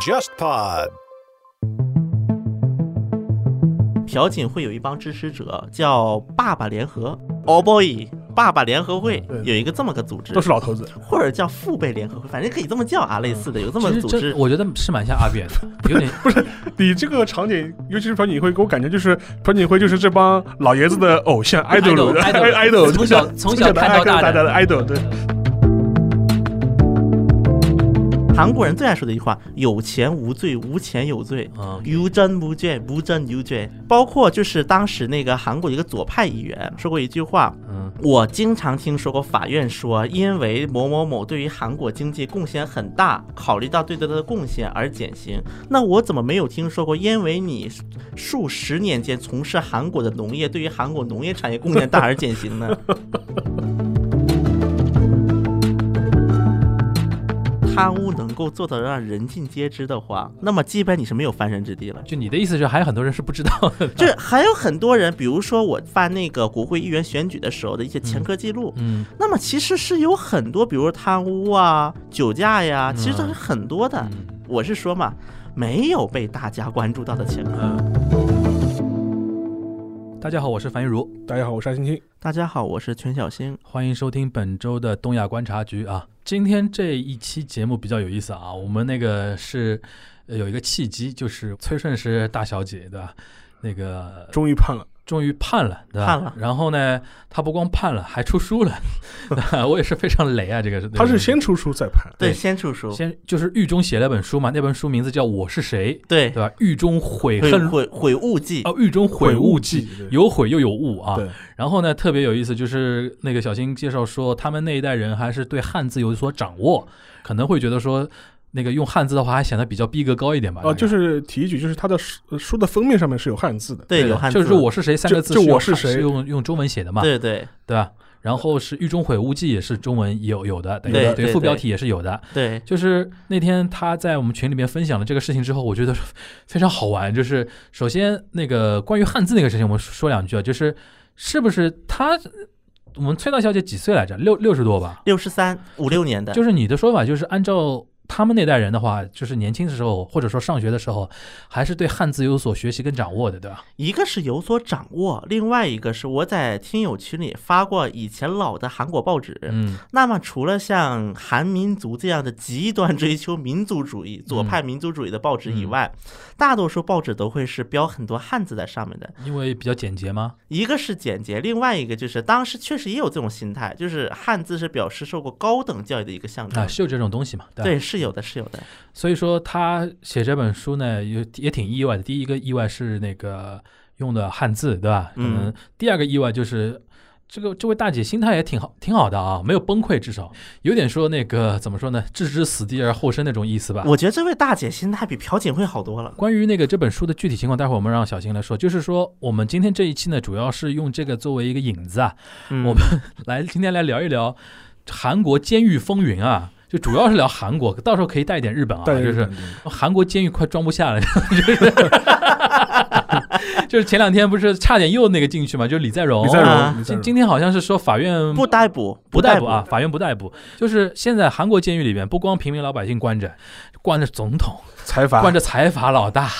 JustPod。朴槿惠有一帮支持者叫“爸爸联合 ”，All Boy 爸爸联合会对有一个这么个组织都，是老头子，或者叫父辈联合会，反正可以这么叫啊，类似的有这么个其实组这织。我觉得是蛮像阿扁的，有点你这个场景，尤其是朴槿惠，给我感觉就是朴槿惠就是这帮老爷子的偶像 idol 的 idol， idol，从小从小的看到大的大的 idol，对，韩国人最爱说的一句话：“有钱无罪，无钱有罪。”嗯，无证无罪，无证无罪。包括就是当时那个韩国一个左派议员说过一句话，嗯，我经常听说过法院说，因为某某某对于韩国经济贡献很大，考虑到对他的贡献而减刑。那我怎么没有听说过，因为你数十年间从事韩国的农业，对于韩国农业产业贡献大而减刑呢？贪污能够做到让人尽皆知的话，那么基本你是没有翻身之地了。就你的意思是还有很多人是不知道的，就是还有很多人，比如说我翻那个国会议员选举的时候的一些前科记录，嗯，那么其实是有很多，比如贪污啊、酒驾呀，其实都是很多的。嗯我是说嘛，没有被大家关注到的情况。嗯。大家好，我是樊玉茹，大家好，我是安青青，大家好，我是全小星。欢迎收听本周的东亚观察局啊。今天这一期节目比较有意思啊，我们那个是呃有一个契机，就是崔顺实大小姐对吧？那个终于判了，终于判了，对吧？判了然后呢，他不光判了，还出书了， 我也是非常雷啊，这个是。他是先出书再判，对，对先出书。先就是狱中写了本书嘛，那本书名字叫《我是谁》，对，对吧？狱中悔悔恨悔悔悟记。哦，狱中悔悟记，对有悔又有悟啊。对，然后呢，特别有意思，就是那个小新介绍说，他们那一代人还是对汉字有所掌握，可能会觉得说，那个用汉字的话，还显得比较逼格高一点吧。哦，就是是提一句，就是他的书书的封面上面是有汉字的，对，有汉字。就是我是谁三个字就用就我是谁是用用中文写的嘛，对对对吧？然后是狱中悔悟记也是中文有有的，对对对副标对题也是有的。对就是那天他在我们群里面分享了这个事情之后，我觉得非常好玩。就是首先那个关于汉字那个事情，我们说两句啊，就是是不是他我们崔大小姐几岁来着？六六十多吧？六十三五六年的，就是你的说法，就是按照他们那代人的话，就是年轻的时候或者说上学的时候，还是对汉字有所学习跟掌握的，对吧？一个是有所掌握，另外一个是我在听友群里发过以前老的韩国报纸，嗯那么，除了像韩民族这样的极端追求民族主义、左派民族主义的报纸以外，嗯大多数报纸都会是标很多汉字在上面的。因为比较简洁嘛。一个是简洁，另外一个就是当时确实也有这种心态，就是汉字是表示受过高等教育的一个象征。啊，是有这种东西嘛，对吧？对，是有的，是有的。所以说他写这本书呢，也也挺意外的。第一个意外是那个用的汉字，对吧？可嗯能第二个意外就是这个这位大姐心态也挺好，挺好的啊，没有崩溃，至少有点说那个怎么说呢，置之死地而后生那种意思吧。我觉得这位大姐心态比朴槿惠好多了。关于那个这本书的具体情况，待会儿我们让小新来说。就是说，我们今天这一期呢，主要是用这个作为一个引子啊，嗯、我们来今天来聊一聊韩国监狱风云啊，就主要是聊韩国，到时候可以带一点日本啊，但就是韩国监狱快装不下了， 就是就是前两天不是差点又那个进去嘛，就是李在镕，李在啊镕，李在今镕今天好像是说法院不逮捕，不逮逮捕啊，法院不逮捕，就是现在韩国监狱里边不光平民老百姓关着，关着总统，财啊阀关着财阀老大。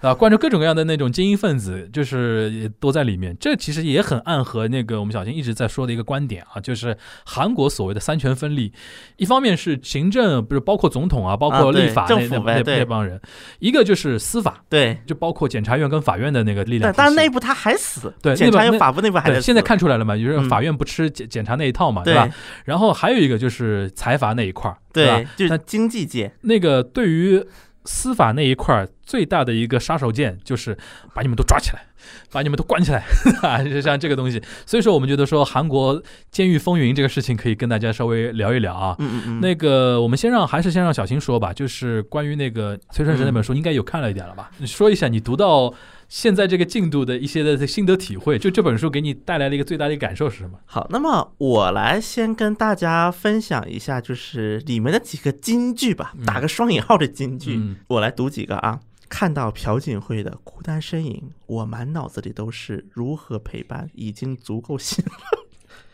啊，关着各种各样的那种精英分子，就是也都在里面。这其实也很暗合那个我们小新一直在说的一个观点啊，就是韩国所谓的三权分立，一方面是行政，不是包括总统啊，包括啊对立法那、政府那呗那对那帮人；一个就是司法，对，就包括检察院跟法院的那个力量但体系。但是内部他还死，对检察内部院、法部内部还对，在现在死看出来了嘛，就是嗯法院不吃检检察那一套嘛，对吧对？然后还有一个就是财阀那一块儿，吧？对，就是那经济界，那个对于司法那一块儿最大的一个杀手锏就是把你们都抓起来，把你们都关起来， 啊，就像这个东西。所以说，我们觉得说韩国监狱风云这个事情可以跟大家稍微聊一聊啊。嗯嗯嗯，那个，我们先让还是先让小新说吧，就是关于那个崔顺实那本书，应该有看了一点了吧？你说一下你读到现在这个进度的一些的心得体会，就这本书给你带来了一个最大的感受是什么？好，那么我来先跟大家分享一下，就是里面的几个金句吧，嗯打个双引号的金句，嗯我来读几个啊。看到朴槿惠的孤单身影，我满脑子里都是如何陪伴，已经足够幸福。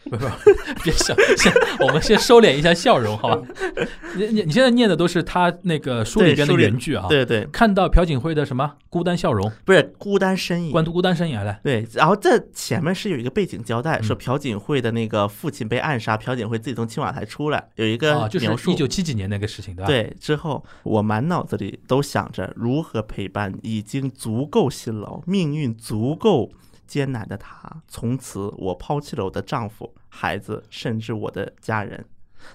不不， 别笑，先我们先收敛一下笑容，好吧？你你你现在念的都是他那个书里边对的书里原句啊。对对，看到朴槿惠的什么孤单笑容，不是孤单身影。关渡孤单身影来，对，然后这前面是有一个背景交代，嗯说朴槿惠的那个父亲被暗杀，朴槿惠自己从青瓦台出来，有一啊，个就是描述。一九七几年那个事情，对吧？对，之后我满脑子里都想着如何陪伴已经足够辛劳、命运足够艰难的他。从此，我抛弃了我的丈夫、孩子，甚至我的家人。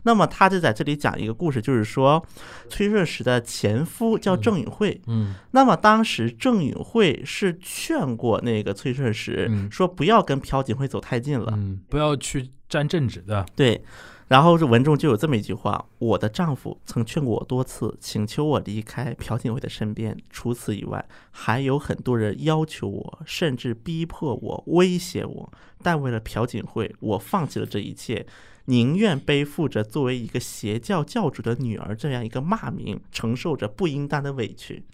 那么，他就在这里讲一个故事，就是说，崔顺实的前夫叫郑允惠，嗯，那么当时郑允惠是劝过那个崔顺实，嗯说不要跟朴槿惠走太近了。嗯，不要去沾政治，对吧？对，然后这文中就有这么一句话：我的丈夫曾劝过我多次，请求我离开朴槿惠的身边。除此以外，还有很多人要求我，甚至逼迫我、威胁我。但为了朴槿惠，我放弃了这一切。宁愿背负着作为一个邪教教主的女儿这样一个骂名，承受着不应当的委屈。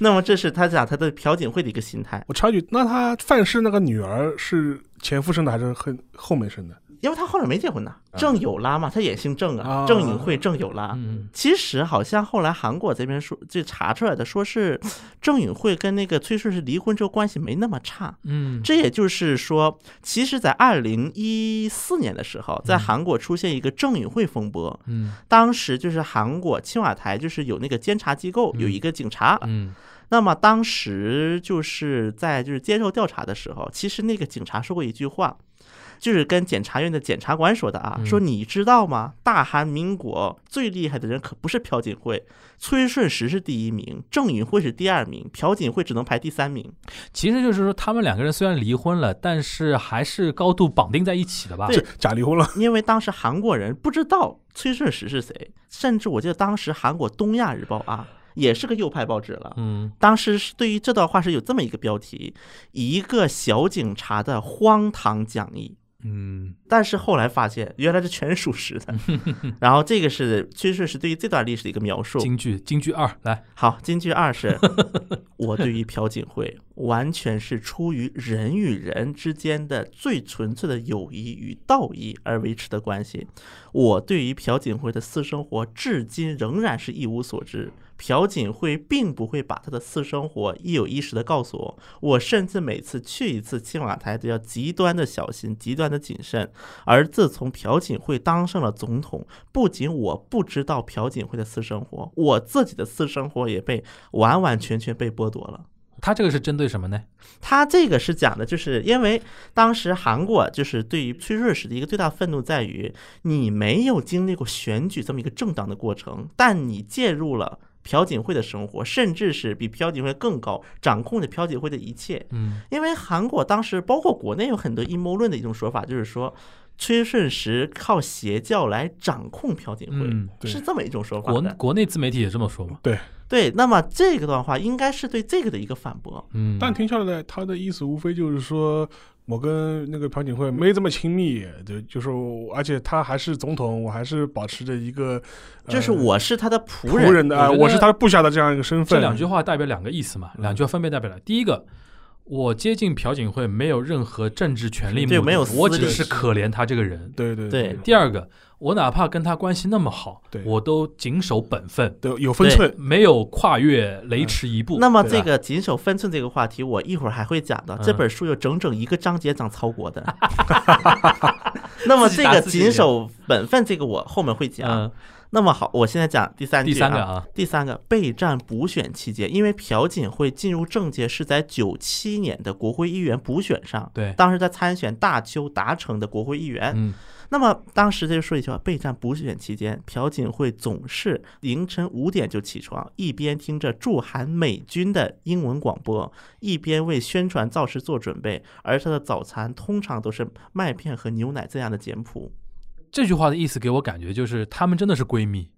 那么，这是他讲他对朴槿惠的一个心态。我插一句，那他范氏那个女儿是前夫生的还是后后面生的？因为他后来没结婚呢，郑有拉嘛，他也姓郑啊，啊郑颖惠、郑有拉。嗯其实好像后来韩国这边说，就查出来的，说是郑允惠跟那个崔顺是离婚之后关系没那么差。嗯，这也就是说，其实，在二零一四年的时候，在韩国出现一个郑允惠风波，嗯当时就是韩国青瓦台就是有那个监察机构嗯有一个警察，嗯那么当时就是在就是接受调查的时候，其实那个警察说过一句话，就是跟检察院的检察官说的啊，嗯说你知道吗？大韩民国最厉害的人可不是朴槿惠，崔顺实是第一名，郑允惠是第二名，朴槿惠只能排第三名。其实就是说他们两个人虽然离婚了，但是还是高度绑定在一起的吧？对这假离婚了，因为当时韩国人不知道崔顺实是谁，甚至我记得当时韩国《东亚日报》啊，也是个右派报纸了，嗯当时是对于这段话是有这么一个标题：一个小警察的荒唐讲义。嗯但是后来发现，原来是全属实的。然后这个是崔顺实对于这段历史的一个描述。京剧京剧二来，好，金句二是，我对于朴槿惠完全是出于人与人之间的最纯粹的友谊与道义而维持的关系。我对于朴槿惠的私生活至今仍然是一无所知。朴槿惠并不会把她的私生活一有一十的告诉我，我甚至每次去一次青瓦台都要极端的小心、极端的谨慎。而自从朴槿惠当上了总统，不仅我不知道朴槿惠的私生活，我自己的私生活也被完完全全被剥夺了。他这个是针对什么呢？他这个是讲的，就是因为当时韩国就是对于崔顺实的一个最大愤怒在于，你没有经历过选举这么一个正当的过程，但你介入了朴槿惠的生活，甚至是比朴槿惠更高，掌控着朴槿惠的一切。嗯因为韩国当时包括国内有很多阴谋论的一种说法，就是说崔顺实靠邪教来掌控朴槿惠，嗯，对是这么一种说法国的。国内自媒体也这么说嘛？对，那么这个段话应该是对这个的一个反驳。嗯，但听下来他的意思无非就是说。我跟那个朴槿惠没这么亲密，对，就是我，而且他还是总统，我还是保持着一个，呃就是我是他的仆仆人，的，啊，我觉得我是他部下的这样一个身份。这两句话代表两个意思嘛？两句话分别代表了第一个。我接近朴槿惠没有任何政治权利目对的，没有我私只利是可怜他这个人。对对对第二个，我哪怕跟他关系那么好对，我都谨守本分，对，有分寸。没有跨越雷池一步。嗯那么对这吧个谨守分寸这个话题，我一会儿还会讲的。这嗯本书有整整一个章节讲曹 国的。 那么自己这打个自己谨脸守本分，这个我后面会讲。嗯，那么好，我现在讲第三句第三个啊啊，第三个，备战补选期间，因为朴槿惠进入政界是在九七年的国会议员补选上，对，当时在参选大邱达成的国会议员。嗯那么当时就说一句话：备战补选期间，朴槿惠总是凌晨五点就起床，一边听着驻韩美军的英文广播，一边为宣传造势做准备，而她的早餐通常都是麦片和牛奶这样的简朴。这句话的意思给我感觉就是她们真的是闺蜜。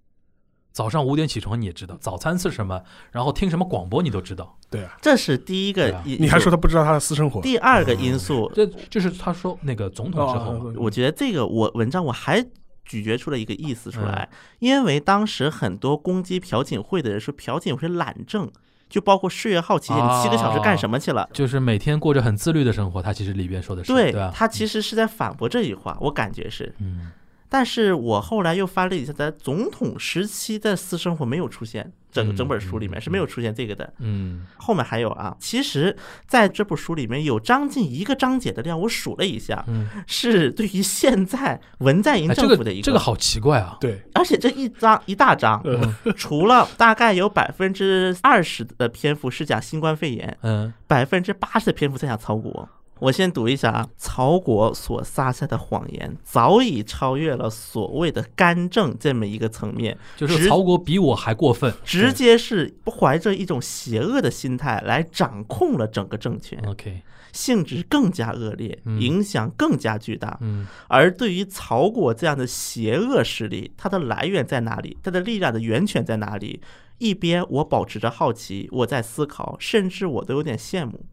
早上五点起床你也知道，早餐吃什么，然后听什么广播你都知道。对啊，这是第一对个啊因素。你还说他不知道他的私生活？第二个因 素这就是他说那个总统之后嘛，哦我觉得这个我文章我还咀嚼出了一个嗯意思出来，因为当时很多攻击朴槿惠的人说朴槿惠懒政，就包括事业好奇，你七个小时干啊什么去了？就是每天过着很自律的生活，他其实里边说的是对啊吧？他其实是在反驳这句话，我感觉是。嗯，但是我后来又翻了一下，在总统时期的私生活没有出现，整嗯整本书里面是没有出现这个的。嗯后面还有啊，其实在这部书里面有将近一个章节的量，我数了一下，嗯，是对于现在文在寅哎，这政府的个一这个好奇怪啊，对，而且这一章一大 章，嗯除了大概有百分之二十的篇幅是讲新冠肺炎，嗯，百分之八十的篇幅在讲曹国。我先读一下啊，曹国所撒下的谎言早已超越了所谓的干政这么一个层面，就是直曹国比我还过 分。直接是怀着一种邪恶的心态来掌控了整个政权， OK，性质更加恶劣，嗯影响更加巨大。嗯而对于曹国这样的邪恶势力，它的来源在哪里？它的力量的源泉在哪里？一边我保持着好奇，我在思考，甚至我都有点羡慕。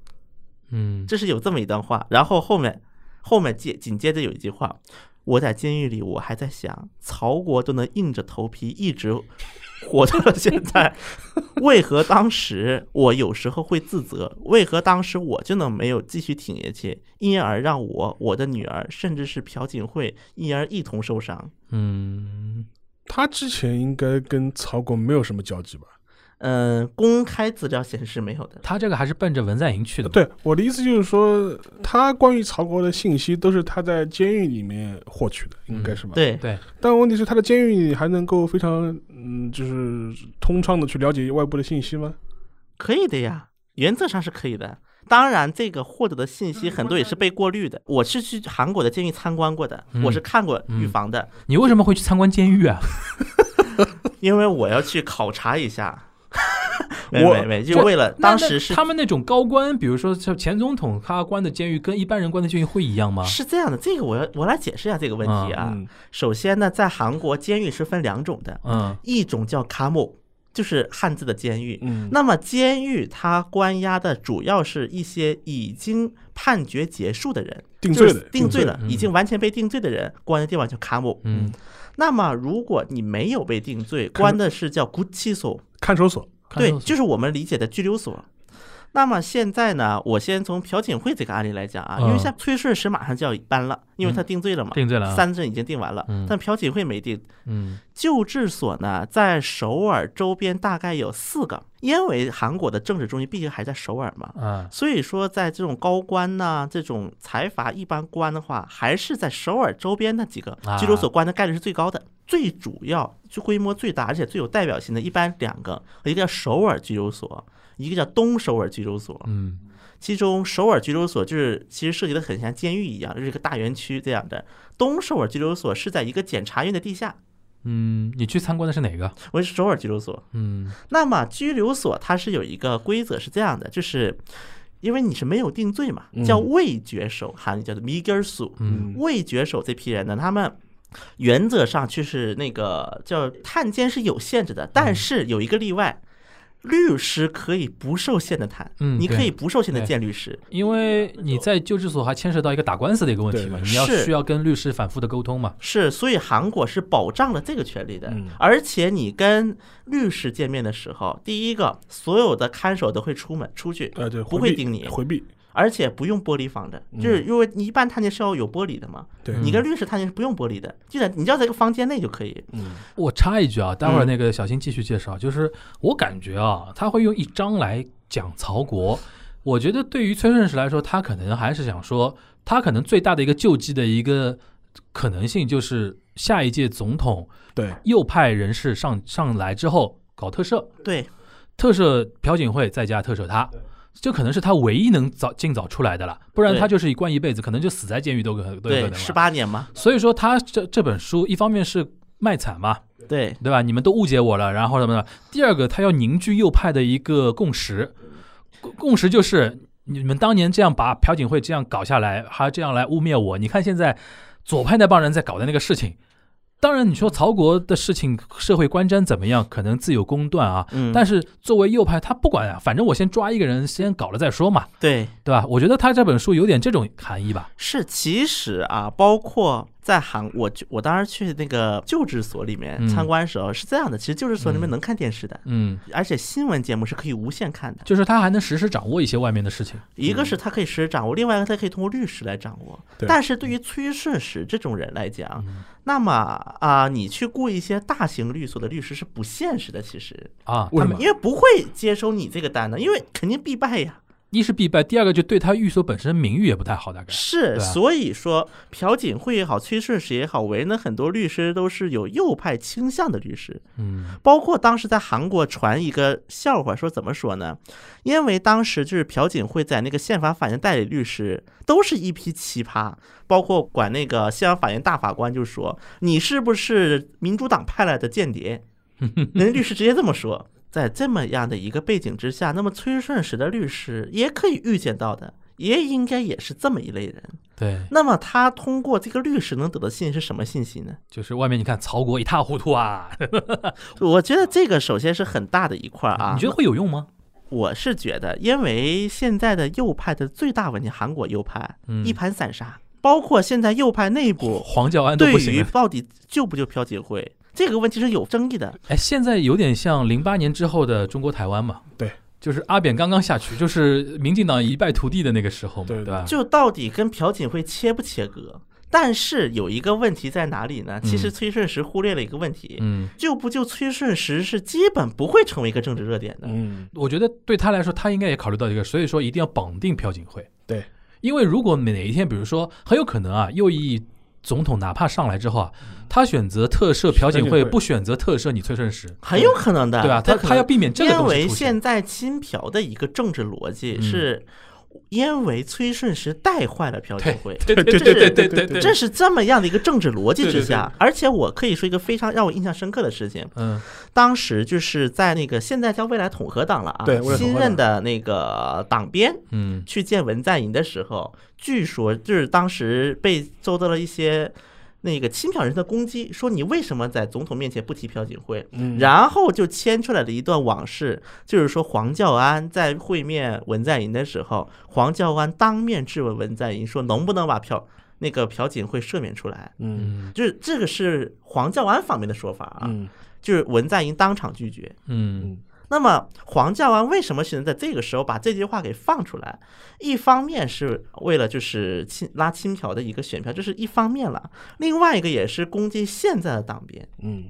嗯，这是有这么一段话，然后后面后面接紧接着有一句话，我在监狱里，我还在想，曹国都能硬着头皮一直活到了现在， 为何当时我有时候会自责？为何当时我就能没有继续挺下去，因而让我、我的女儿，甚至是朴槿惠，因而一同受伤？嗯他之前应该跟曹国没有什么交集吧？嗯、公开资料显示没有的，他这个还是奔着文在寅去的嘛。对，我的意思就是说，他关于曹国的信息都是他在监狱里面获取的，应嗯该是吧？。对对，但问题是，他的监狱里还能够非常嗯，就是通畅的去了解外部的信息吗？可以的呀，原则上是可以的。当然，这个获得的信息很多也是被过滤的。我是去韩国的监狱参观过的，嗯我是看过预防的，你为什么会去参观 监狱啊？因为我要去考察一下。没我没没，就这为了那当那时是他们那种高官，比如说像前总统，他关的监狱跟一般人关的监狱会一样吗？是这样的，这个我要我来解释一下这个问题啊。嗯，首先呢，在韩国监狱是分两种的，嗯一种叫卡姆，就是汉字的监狱，嗯，那么监狱它关押的主要是一些已经判决结束的人，定就罪是的定罪了，嗯已经完全被定罪的人，关的地方叫卡姆。嗯，那么如果你没有被定罪，关的是叫 g u c i 所，看守所，看对守，所就是我们理解的拘留所。那么现在呢，我先从朴槿惠这个案例来讲啊，因为嗯像崔顺实马上就要搬了，因为他定罪了嘛，定罪了啊。三审已经定完了嗯，但朴槿惠没定，嗯救治所呢，在首尔周边大概有四个，因为韩国的政治中心毕竟还在首尔嘛，啊，所以说在这种高官呐、这种财阀一般官的话，还是在首尔周边那几个啊拘留所关的概率是最高的，最主要、最规模最大，而且最有代表性的，一般两个，一个叫首尔拘留所，一个叫东首尔拘留所。嗯其中首尔拘留所就是其实设计的很像监狱一样，就是一个大园区这样的。东首尔拘留所是在一个检察院的地下，嗯，你去参观的是哪个？我是首尔拘留所。嗯那么拘留所它是有一个规则是这样的，就是因为你是没有定罪嘛，叫未决手，韩语叫做 m i g e r su。嗯未决手这批人呢，他们原则上就是那个叫探监是有限制嗯的，但是有一个例外。律师可以不受限的谈，嗯你可对以不受限的对见律师，因为你在救治所还牵涉到一个打官司的一个问题嘛，对你要是需要跟律师反复的沟通嘛。是，所以韩国是保障了这个权利的。嗯而且你跟律师见面的时候，第一个，所有的看守都会出门出去，呃，对，不回会避盯你，回避，而且不用玻璃房的，就是因为你一般探监是要有玻璃的嘛，对，你跟律师探监是不用玻璃的，就在你只要在一个房间内就可以。嗯，我插一句啊，待会儿那个小新继续介绍。就是我感觉啊，他会用一章来讲曹国。我觉得对于崔顺实来说，他可能还是想说，他可能最大的一个救济的一个可能性就是下一届总统对，右派人士上上来之后搞特赦，对，特赦朴槿惠再加特赦他，这可能是他唯一能早尽早出来的了，不然对他就是一关一辈子，可能就死在监狱都可都有可能对，了十八年嘛，所以说他这这本书一方面是卖惨嘛，对，对吧？你们都误解我了，然后什么呢？第二个，他要凝聚右派的一个共识，共共识就是你们当年这样把朴槿惠这样搞下来，还这样来污蔑我。你看现在左派那帮人在搞的那个事情，当然你说曹国的事情，社会观瞻怎么样，可能自有公断啊。嗯，但是是作为右派，他不管啊，反正我先抓一个人，先搞了再说嘛，对对吧？我觉得他这本书有点这种含义吧。是，其实啊，包括在韩我去我当时去那个救治所里面嗯参观的时候、是这样的，其实救治所里面能看电视的，嗯，而且新闻节目是可以无限看的。就是他还能实时掌握一些外面的事情。一个是他可以实时掌握，另外一个他可以通过律师来掌握。对但嗯是对于崔顺实这种人来讲，那么啊、你去雇一些大型律所的律师是不现实的，其实，啊，为他什们么因为不会接收你这个单的，因为肯定必败呀。一是必败，第二个就对他寓所本身名誉也不太好，大概是，对啊所以说朴槿惠也好，崔顺实也好，为人的很多律师都是有右派倾向的律师。嗯包括当时在韩国传一个笑话，说怎么说呢？因为当时就是朴槿惠在那个宪法法院代理律师，都是一批奇葩，包括管那个宪法法院大法官就说你是不是民主党派来的间谍？人家律师直接这么说。在这么样的一个背景之下，那么崔顺实的律师也可以预见到的，也应该也是这么一类人。对，那么他通过这个律师能得到信息是什么信息呢？就是外面你看曹国一塌糊涂啊，我觉得这个首先是很大的一块儿啊。你觉得会有用吗？我是觉得，因为现在的右派的最大问题，韩国右派、嗯一盘散沙，包括现在右派内部黄教安都对不行啊于了，到底救不救朴槿惠这个问题是有争议的。哎，现在有点像零八年之后的中国台湾嘛，对，就是阿扁刚刚下去，就是民进党一败涂地的那个时候嘛，对对吧？就到底跟朴槿惠切不切割？但是有一个问题在哪里呢？其实嗯崔顺实忽略了一个问题，嗯，救不救崔顺实是基本不会成为一个政治热点的。嗯，我觉得对他来说，他应该也考虑到一个，所以说一定要绑定朴槿惠。对，因为如果哪一天，比如说很有可能啊，右翼总统哪怕上来之后啊，他选择特赦朴朴槿槿惠，惠不选择特赦你崔顺实，很有可能的，对吧？啊他可能他要避免这个因东西为出现。现在金朴的一个政治逻辑嗯是，因为崔顺实带坏了朴槿惠，对对这对对是对对对，这是这么样的一个政治逻辑对对之下。而且我可以说一个非常让我印象深刻的事情，嗯当时就是在那个现在叫未来统合党了啊对未来，统合党新任的那个党鞭嗯去见文在寅的时候，据说就是当时被受到了一些。那个亲朴人的攻击，说你为什么在总统面前不提朴槿惠？嗯然后就牵出来了一段往事，就是说黄教安在会面文在寅的时候，黄教安当面质问文在寅说能不能把朴那个朴槿惠赦免出来，嗯嗯就是这个是黄教安方面的说法啊，嗯就是文在寅当场拒绝。嗯那么黄教安为什么选择在这个时候把这句话给放出来？一方面是为了就是亲拉亲朴的一个选票，这是一方面了；另外一个也是攻击现在的党鞭。嗯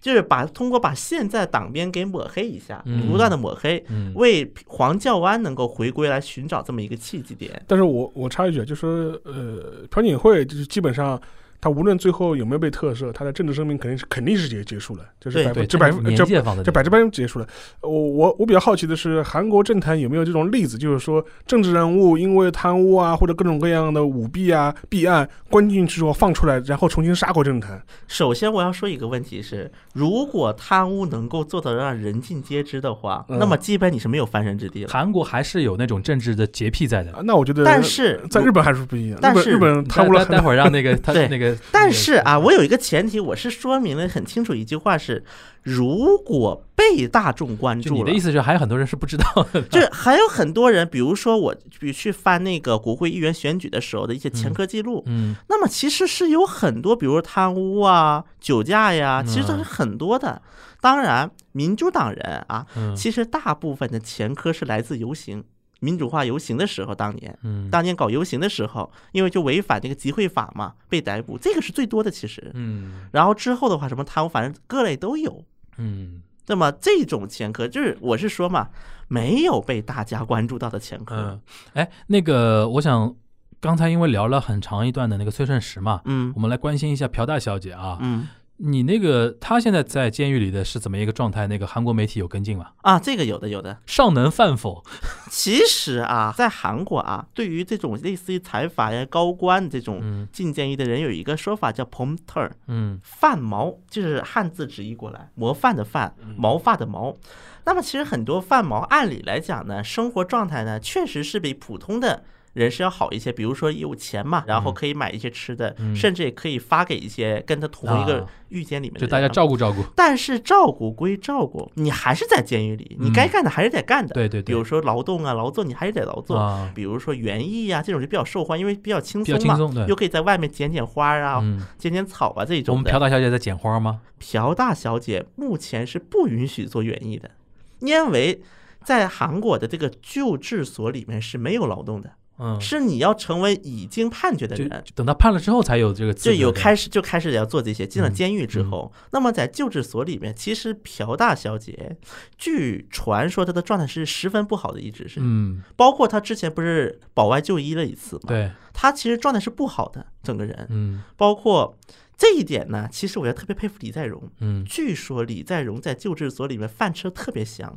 就是把通过把现在党鞭给抹黑一下，嗯不断的抹黑，嗯为黄教安能够回归来寻找这么一个契机点。但是我我插一句，啊就说呃，朴槿惠就是基本上。他无论最后有没有被特赦，他的政治生命肯定是肯定是结结束了，就是对百分对，这百这分个这年界放在这那百之八结束了。呃我我我比较好奇的是，韩国政坛有没有这种例子，就是说政治人物因为贪污啊，或者各种各样的舞弊啊、弊案，关进去之后放出来，然后重新杀回政坛。首先，我要说一个问题是，如果贪污能够做到让人尽皆知的话，嗯那么基本你是没有翻身之地里了。韩国还是有那种政治的洁癖 在的啊。那我觉得，但是，在日本还是不一样。但日本是日本贪污了待很待多，会儿让那个他 对那个，但是啊，我有一个前提，我是说明了很清楚一句话是：如果被大众关就你注的了意。思是啊还有很多人是不知道的，就是还有很多人，比如说我去去翻那个国会议员选举的时候的一些前科记录，嗯那么其实是有很多，比如贪污啊、酒驾嗯呀，其实都是很多的。当然，民主党人啊，嗯其实大部分的前科是来自游行、民主化游行的时候，当年。嗯当年搞游行的时候，因为就违反那个集会法嘛，被逮捕，这个是最多的其实。嗯然后之后的话，什么贪污，反正各类都有。嗯那么这种前科，就是我是说嘛，没有被大家关注到的前科嗯，，哎，那个我想刚才因为聊了很长一段的那个崔顺实嘛，嗯我们来关心一下朴大小姐啊，嗯你那个她现在在监狱里的是怎么一个状态？那个韩国媒体有跟进吗？啊，这个有的有的。尚能饭否？其实啊，在韩国啊，对于这种类似于财阀呀、高官这种嗯进监狱的人，有一个说法叫 p o m t e r 嗯范毛，就是汉字直译过来，模范的范，嗯毛发的毛。那么其实很多范毛，按理来讲呢，生活状态呢，确实是比普通的人是要好一些，比如说有钱嘛，然后可以买一些吃的，嗯甚至也可以发给一些跟他同一个啊狱监里面的就人大家嘛照顾照顾。但是照顾归照顾，你还是在监狱里，嗯你该干的还是得干的。对对对比如说劳动啊、劳作，你还是得劳作。啊，比如说园艺啊，这种就比较受欢迎，因为比较轻比松较嘛，轻松，对。又可以在外面捡捡花啊、嗯，捡捡草啊这我种们的。朴大小姐在剪花吗？朴大小姐目前是不允许做园艺的，因为在韩国的这个救治所里面是没有劳动的，嗯，是你要成为已经判决的就人，就等到判了之后才有这个资就格有的开始就开始要做这些。进了嗯监狱之后，那么在救治所里面，其实朴大小姐，据传说她的状态是十分不好的，一直是，嗯，包括她之前不是保外就医了一次嘛，对，她其实状态是不好的，整个人，嗯包括这一点呢，其实我也特别佩服李在镕。嗯，据说李在镕在救治所里面饭吃得特别 香，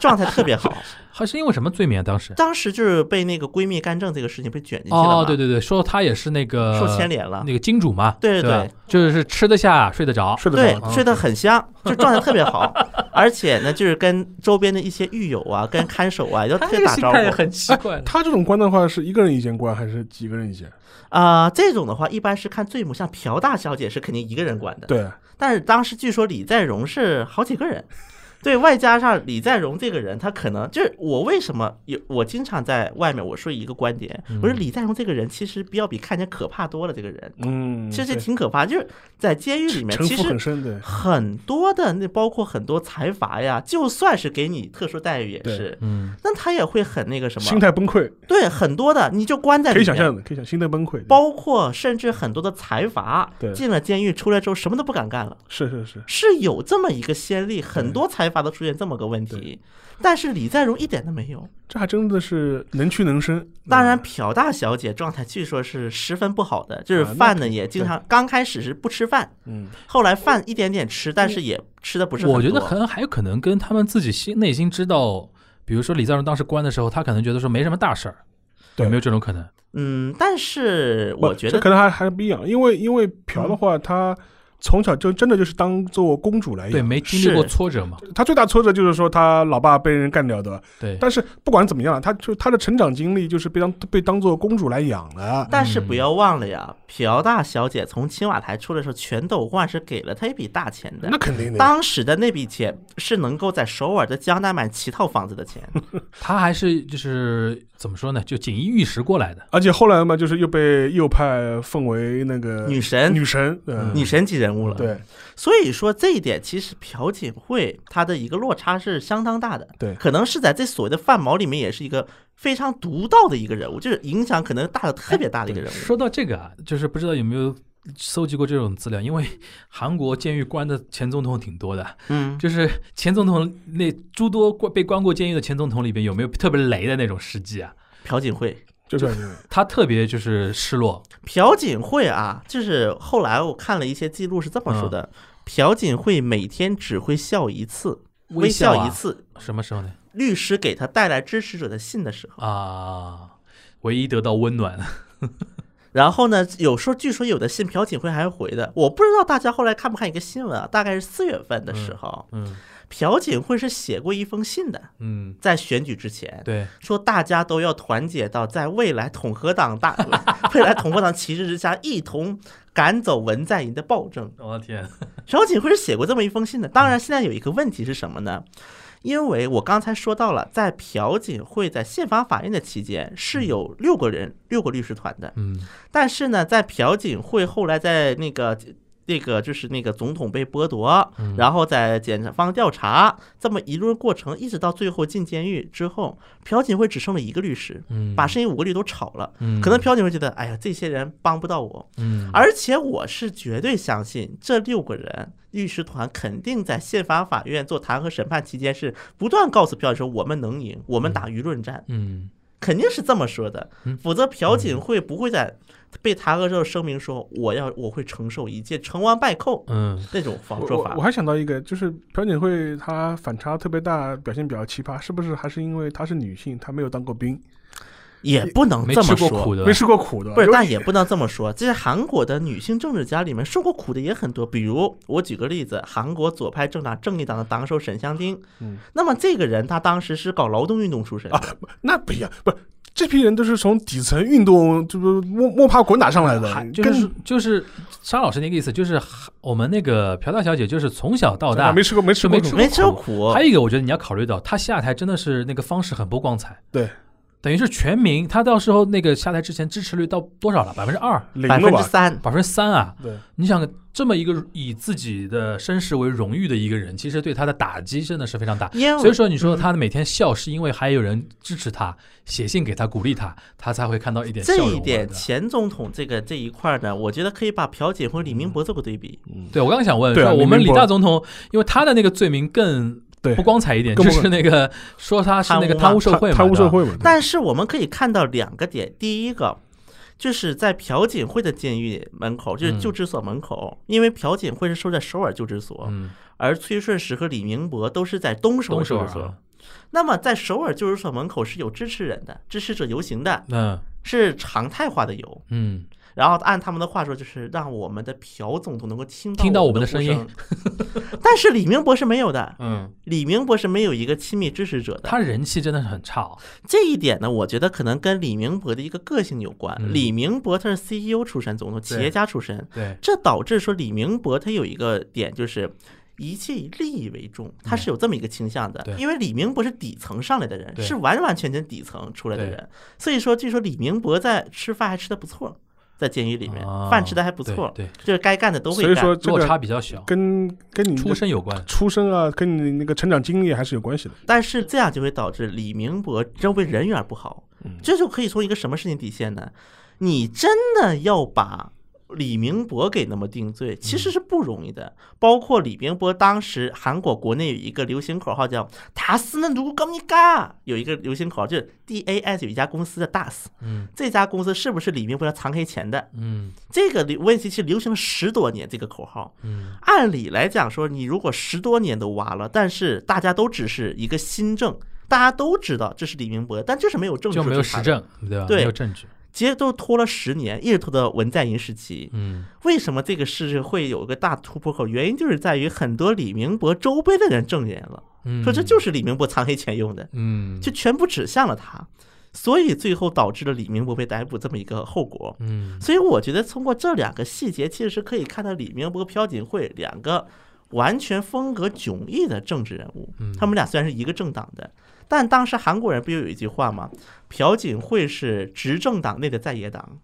状态特别好。还是因为什么罪名啊？当时当时就是被那个闺蜜干政这个事情被卷进去了嘛，哦，对对对，说他也是那个受牵连了那。个金主嘛，对对对吧，就是吃得下，睡得着，睡得对着，，睡得很 香，就状态特别好，而且呢，就是跟周边的一些狱友 啊、跟看守啊，都他特这别个打心招态呼很奇怪 的。他这种关的话，是一个人一间关还是几个人一间？啊、这种的话，一般是看罪母，像朴大小姐是肯定一个人管的，对，啊但是当时据说李在镕是好几个 人，对外加上李在镕这个人，他可能就是我为什么有我经常在外面我说一个观点，我说李在镕这个人其实比较比看起来可怕多了，这个人嗯，其实对挺可怕，就是在监狱里面城其府很实。深，对，很多的那包括很多财阀呀，就算是给你特殊待遇也是，嗯，那他也会很那个什心么，态崩溃，对很多的你就关在可里以想面，象的，可以想心态崩溃，包括甚至很多的财阀对进了监狱出来之后什么都不敢干了。是是是，是有这么一个先例，很多财阀都出现这么个问题，但是李在镕一点都没有。这还真的是能屈能伸。当然，嗯，朴大小姐状态据说是十分不好的，就是啊那饭呢肯定也经常刚开始是不吃饭，嗯，后来饭一点点吃，但是也吃的不是很多。我觉得可能还有可能跟他们自己心内心知道，比如说李在镕当时关的时候，他可能觉得说没什么大事儿，对有没有这种可能？嗯，但是不我觉这得嗯可能还还不一样，因为因为朴的话，他从小就真的就是当做公主来养。对，没经历哎是过挫折嘛？他最大挫折就是说他老爸被人干掉的，对，但是不管怎么样，他就他的成长经历就是被当被当做公主来养了。但是不要忘了呀，朴大小姐从青瓦台出来的时候，全斗焕是给了她一笔大钱的那。肯定的，当时的那笔钱是能够在首尔的江南买七套房子的 钱，他还是就是怎么说呢？就锦衣玉食过来的。而且后来嘛，就是又被右派奉为那个女神女神，嗯女神级人物了。对所以说这一点其实朴槿惠她的一个落差是相当大的，对可能是在这所谓的范毛里面也是一个非常独到的一个人物，就是影响可能大的特别大的一个人物。说到这个啊，就是不知道有没有搜集过这种资料，因为韩国监狱关的前总统挺多的，嗯，就是前总统那诸多关被关过监狱的前总统里边，有没有特别雷的那种事迹啊？朴槿惠，就是他特别就是失落，朴槿惠啊，就是后来我看了一些记录是这么说的：嗯朴槿惠每天只会笑一次，微笑啊一次。什么时候呢？律师给她带来支持者的信的时候，啊，唯一得到温暖。然后呢，有时候据说有的信朴槿惠还会回的，我不知道大家后来看不看一个新闻啊，大概是四月份的时候，嗯朴槿惠是写过一封信的，嗯，在选举之前，对，说大家都要团结到在未来统合党大 未来统合党旗帜之下，一同赶走文在寅的暴政。我的天，朴槿惠是写过这么一封信的。当然，现在有一个问题是什么呢？因为我刚才说到了，在朴槿惠在宪法法院的期间是有六个人、六个律师团的，嗯但是呢，在朴槿惠后来在那个那个就是那个总统被剥夺，嗯然后在检方调查这么一路过程，一直到最后进监狱之后，朴槿惠只剩了一个律师，嗯，把剩下五个律都炒了。嗯可能朴槿惠觉得，哎呀，这些人帮不到我，嗯而且我是绝对相信这六个人律师团肯定在宪法法院做弹劾审判期间是不断告诉朴槿惠说，我们能赢，我们打舆论战。嗯肯定是这么说的嗯，否则朴槿惠不会在被弹劾之后声明说我要我会承受一切成王败 寇嗯那种方我说我法。还想到一个，就是朴槿惠她反差特别大，表现比较奇葩，是不是还是因为她是女性，她没有当过兵，也不能没这吃么过苦说，的，没吃过苦的？不是，因为但也不能这么说。这些韩国的女性政治家里面受过苦的也很多，比如我举个例子，韩国左派政党正义党的党首沈香丁嗯，啊那么这个人他当时是搞劳动运动出身的，那不一样，不是。这批人都是从底层运动，这不摸摸爬滚打上来的还，就是跟就是沙老师那个意思，就是我们那个朴大小姐就是从小到大没吃过没吃就过没苦，吃没吃过过苦。苦，还有一个，我觉得你要考虑到，他下台真的是那个方式很不光彩。对，等于是全民，他到时候那个下台之前支持率到多少了？百分之二、零百了分之吧？三，百分之三啊！对，你想，这么一个以自己的身世为荣誉的一个人，其实对他的打击真的是非常大。因所以为说，你说他每天笑，是因为还有人支持他，写信给他鼓励他，他才会看到一点笑这容啊。一点，对吧前总统这个这一块呢，我觉得可以把朴槿惠、李明博做个对比。对我刚刚想问，对啊说我李们明李博大总统，因为他的那个罪名更对不光彩一点，更就不是那个说他是那个贪污嘛贪污受贿嘛，贪污对吧受贿嘛？但是我们可以看到两个点，第一个就是在朴槿惠的监狱门口，就是嗯救治所门口，因为朴槿惠是收在首尔救治所，嗯，而崔顺实和李明博都是在东首动尔手救治啊所。，那么在首尔救治所门口是有支持人的，支持者游行的，嗯是常态化的游。嗯，然后按他们的话说，就是让我们的朴总统能够听到听到我我们的呼声音声。 但是李明博是没有的，嗯，李明博是没有一个亲密支持者的。他人气真的是很差哦，这一点呢，我觉得可能跟李明博的一个个性有关。嗯李明博他是 CEO 出身，总统企业家出身，对，这导致说李明博他有一个点就是。一切以利益为重，他是有这么一个倾向的。嗯对因为李明博是底层上来的人，对是完完全全底层出来的对人，所以说据说李明博在吃饭还吃的不错，在监狱里面、啊饭吃的还不对错，对，就是该干的都会所干。以说这落个差比较小，跟跟你的出身有关，出身啊，跟你那个成长经历还是有关系的。但是这样就会导致李明博周围人缘不好，这就可以从一个什么事情底线呢？你真的要把李明博给那么定罪，其实是不容易的。包括李明博当时韩国国内有一个流行口号叫“达斯那卢高米嘎”，有一个流行口号就是 DAS 有一家公司的 DAS，嗯这家公司是不是李明博要藏黑钱的？嗯这个流问题是流行了十多年这个口号，嗯，按理来讲说，你如果十多年都挖了，但是大家都只是一个新政，大家都知道这是李明博，但就是没有证据，就没有实。证，对吧？对没有证据，结都拖了十年，一直拖到文在寅时期。嗯为什么这个事会有个大突破口？原因就是在于很多李明博周边的人证言了，嗯，说这就是李明博藏黑钱用的，嗯就全部指向了他，所以最后导致了李明博被逮捕这么一个后果。嗯所以我觉得通过这两个细节，其实是可以看到李明博、朴槿惠两个完全风格迥异的政治人物。嗯他们俩虽然是一个政党的，但当时韩国人不就有一句话吗？朴槿惠是执政党内的在野党。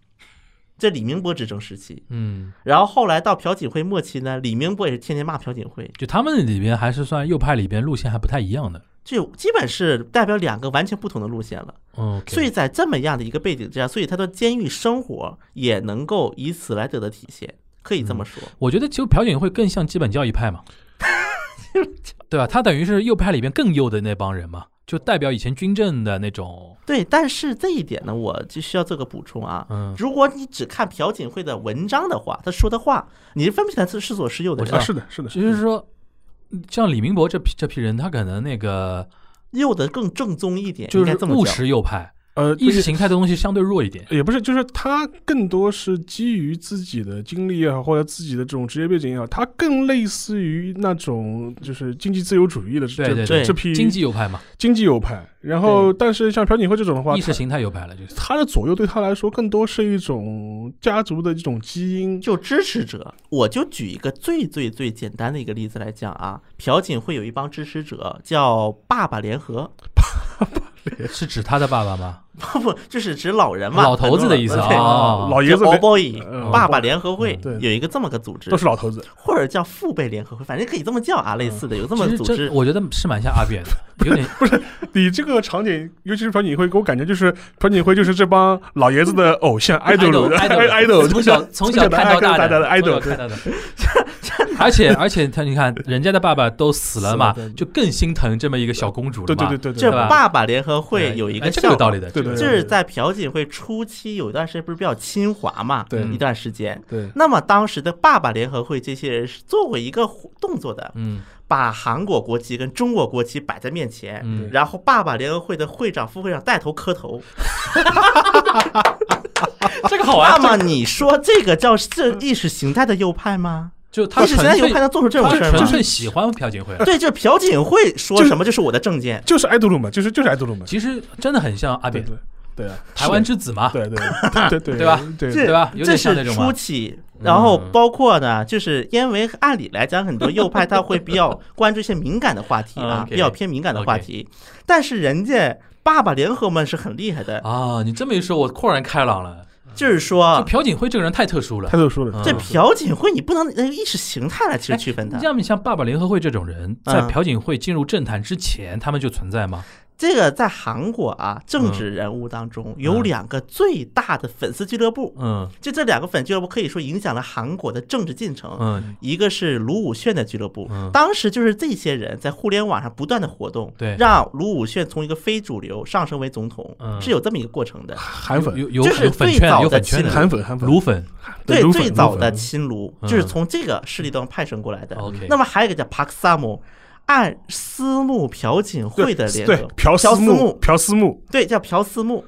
这李明博执政时期，嗯，然后后来到朴槿惠末期呢，李明博也是天天骂朴槿惠，就他们里边还是算右派里边路线还不太一样的，就基本是代表两个完全不同的路线了。嗯，所以在这么样的一个背景之下，所以他的监狱生活也能够以此来得到体现，可以这么说。我觉得其实朴槿惠更像基本教义派嘛，对吧？啊他等于是右派里边更右的那帮人嘛，就代表以前军政的那种，对，但是这一点呢，我就需要做个补充啊。嗯，如果你只看朴槿惠的文章的话，她说的话，你是分不清她是是左是右的我知人道啊，啊，是的，是的，就是说，像李明博这批这批人，他可能那个右的更正宗一点，就应该是这么务讲。实右派，呃，意识形态的东西相对弱一点。也不是，就是他更多是基于自己的经历也好，或者自己的这种职业背景也好，他更类似于那种就是经济自由主义的这对对对这批经济右派嘛，经济右派。然后，但是像朴槿惠这种的话，意识他形态右派了，就是他的左右对他来说更多是一种家族的这种基因。就支持者，我就举一个最最最简单的一个例子来讲啊，朴槿惠有一帮支持者叫“爸爸联合 是指他的爸爸吗？”，不就是指老人嘛，老头子的意思很啊，多老哦老对爷子叫 all 们 boy 嗯爸爸联合会嗯有对一个这么个组织都，是老头子，或者叫父辈联合会，反正可以这么叫啊，类似的有这么嗯个其实组这织。我觉得是蛮像阿扁的，有点 你这个场景，尤其是朴槿惠，给我感觉就是朴槿惠就是这帮老爷子的偶像 idol idol idol，从小从小看到大的的 idol，从小看到的。而且而且他你看，人家的爸爸都死了嘛死了对，就更心疼这么一个小公主了对对嘛。对对对，这吧爸爸联合会对有一哎个这个有道理的，的，对这个对就对是在朴槿惠初期有一段时间不是比较亲华嘛，对一段时间。对那么当时的爸爸联合会这些人是做过一个动作的，嗯把韩国国旗跟中国国旗摆在面前，嗯，然后爸爸联合会的会长、副会长带头磕头。 这个好玩那。么你说这个叫是意识形态的右派吗？就他意识纯形态右粹派能做出这种他事儿纯吗？粹喜欢朴槿惠。啊对，这朴槿惠说就是什么就是我的政见。就是 idol 嘛，就是就是 idol 嘛，其实真的很像阿对扁，对，对啊，台湾之子嘛，对对对对对对吧？对这对吧有这点像是那种吧初期，然后嗯包括呢，就是因为按理来讲，很多右派他会比 较关注一些敏感的话题啊， OK，比较偏敏感的话题。但是人家爸爸联合们是很厉害的，啊，你这么一说，我豁然开朗了。就是就说朴槿惠这个人太特殊了太，特殊了，嗯啊这朴槿惠你不能拿意识形态来去区分它。要么像爸爸联合会这种人，在嗯朴槿惠进入政坛之前，他们就存在吗？这个在韩国啊，政治人物当中有嗯两个最大的粉丝俱乐部，嗯就这两个粉俱乐部可以说影响了韩国的政治进程。嗯，一个是卢武铉的俱乐部嗯，当时就是这些人在互联网上不断的活动，对让卢武铉从一个非主流上升为总统嗯，啊是有这么一个过程的。韩粉有有就是有粉最圈的，早有的粉圈亲的，韩粉韩粉卤粉对，卢粉最卢早粉的亲卢嗯就是从这个势力端派生过来的。 OK 那么还有一个叫帕克萨姆，按私募朴槿惠的联对合，朴朴思思木木，朴思木，对，叫朴私募，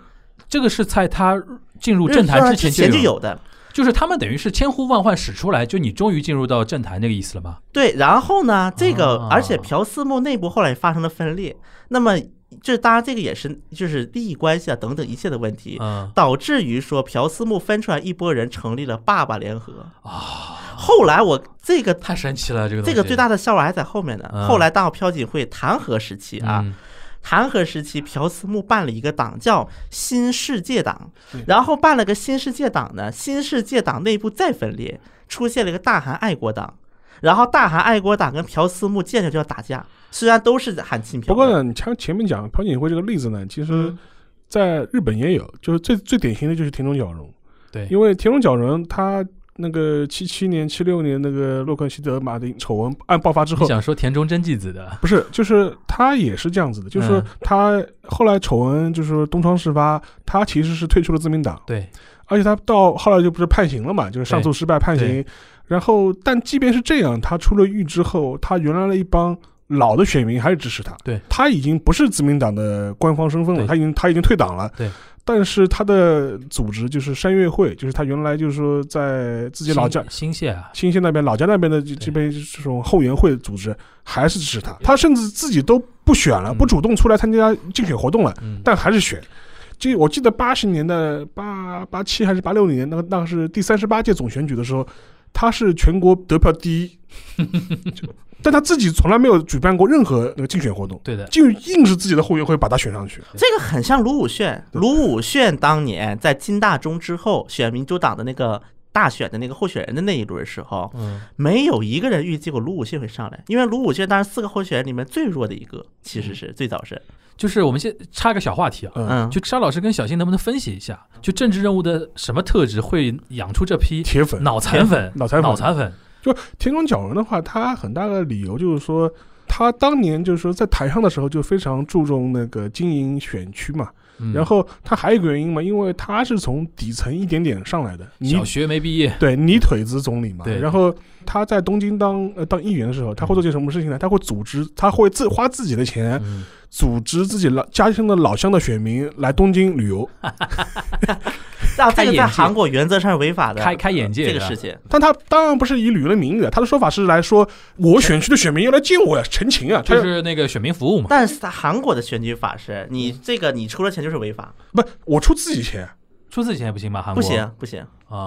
这个是在他进入政坛之前啊前就有，有的。就是他们等于是千呼万唤始出来，就你终于进入到政坛那个意思了吗？对，然后呢，这个啊而且朴四木内部后来发生了分裂，那么这当然这个也是就是利益关系啊等等一切的问题，嗯导致于说朴四木分出来一波人成立了爸爸联合啊。后来我这个太神奇了，这个这个最大的笑话还在后面嗯呢。后来到朴槿惠弹劾时期啊啊，，弹劾时期，朴思木办了一个党叫新世界党嗯，然后办了个新世界党呢，新世界党内部再分裂，出现了一个大韩爱国党，然后大韩爱国党跟朴思木见着就要打架，虽然都是喊亲朴的，不过呢，你前前面讲朴槿惠这个例子呢，其实嗯在日本也有，就是最最典型的就是田中角荣，对因为田中角荣他那个七七年、七六年那个洛克希德马丁丑闻案爆发之你后，想说田中真纪子的，不是，就是他也是这样子的，就是说嗯他后来丑闻就是说东窗事发，他其实是退出了自民党，对，而且他到后来就不是判刑了嘛，就是上诉失败判刑。然后，但即便是这样，他出了狱之后，他原来的一帮老的选民还是支持他。对，他已经不是自民党的官方身份了，对他已经他已经退党了。对。但是他的组织就是山岳会，就是他原来就是说在自己老家新谢啊，新县那边、老家那边的这这边这种后援会组织，还是支持他。他甚至自己都不选了，嗯不主动出来参加竞选活动了。嗯，但还是选。这我记得八十年代八八七还是八六年，那个那个是第三十八届总选举的时候，他是全国得票第 一，但他自己从来没有举办过任何那个竞选活动，对的，就硬是自己的后援会把他选上去。这个很像卢武铉，卢武铉当年在金大中之后选民主党的那个。大选的那个候选人的那一轮时候，嗯，没有一个人预计过卢武铉会上来，因为卢武铉当然四个候选人里面最弱的一个，其实是最早是，就是我们先插个小话题啊，嗯，嗯，嗯就沙老师跟小新能不能分析一下，就政治任务的什么特质会养出这批铁粉脑残粉、脑残粉脑残粉？田中角荣的话，他很大的理由就是说，他当年就是说在台上的时候就非常注重那个经营选区嘛，嗯然后他还有一个原因嘛，因为他是从底层一点点上来的，你小学没毕业，对泥腿子总理嘛。对然后他在东京当呃当议员的时候，他会做些什么事情呢？他会组织，他会自花自己的钱嗯组织自己老家乡的老乡的选民来东京旅游，啊，开这个眼在界韩国原则上是违法的，开开眼界这个是吧事情。但他当然不是以旅游的名义的，他的说法是来说我选区的选民要来见我呀，陈情啊，他就是那个选民服务嘛。但是在韩国的选举法是，你这个你出了钱就是违法，不我出自己钱出自己钱也不行吧？韩不国行不行。啊，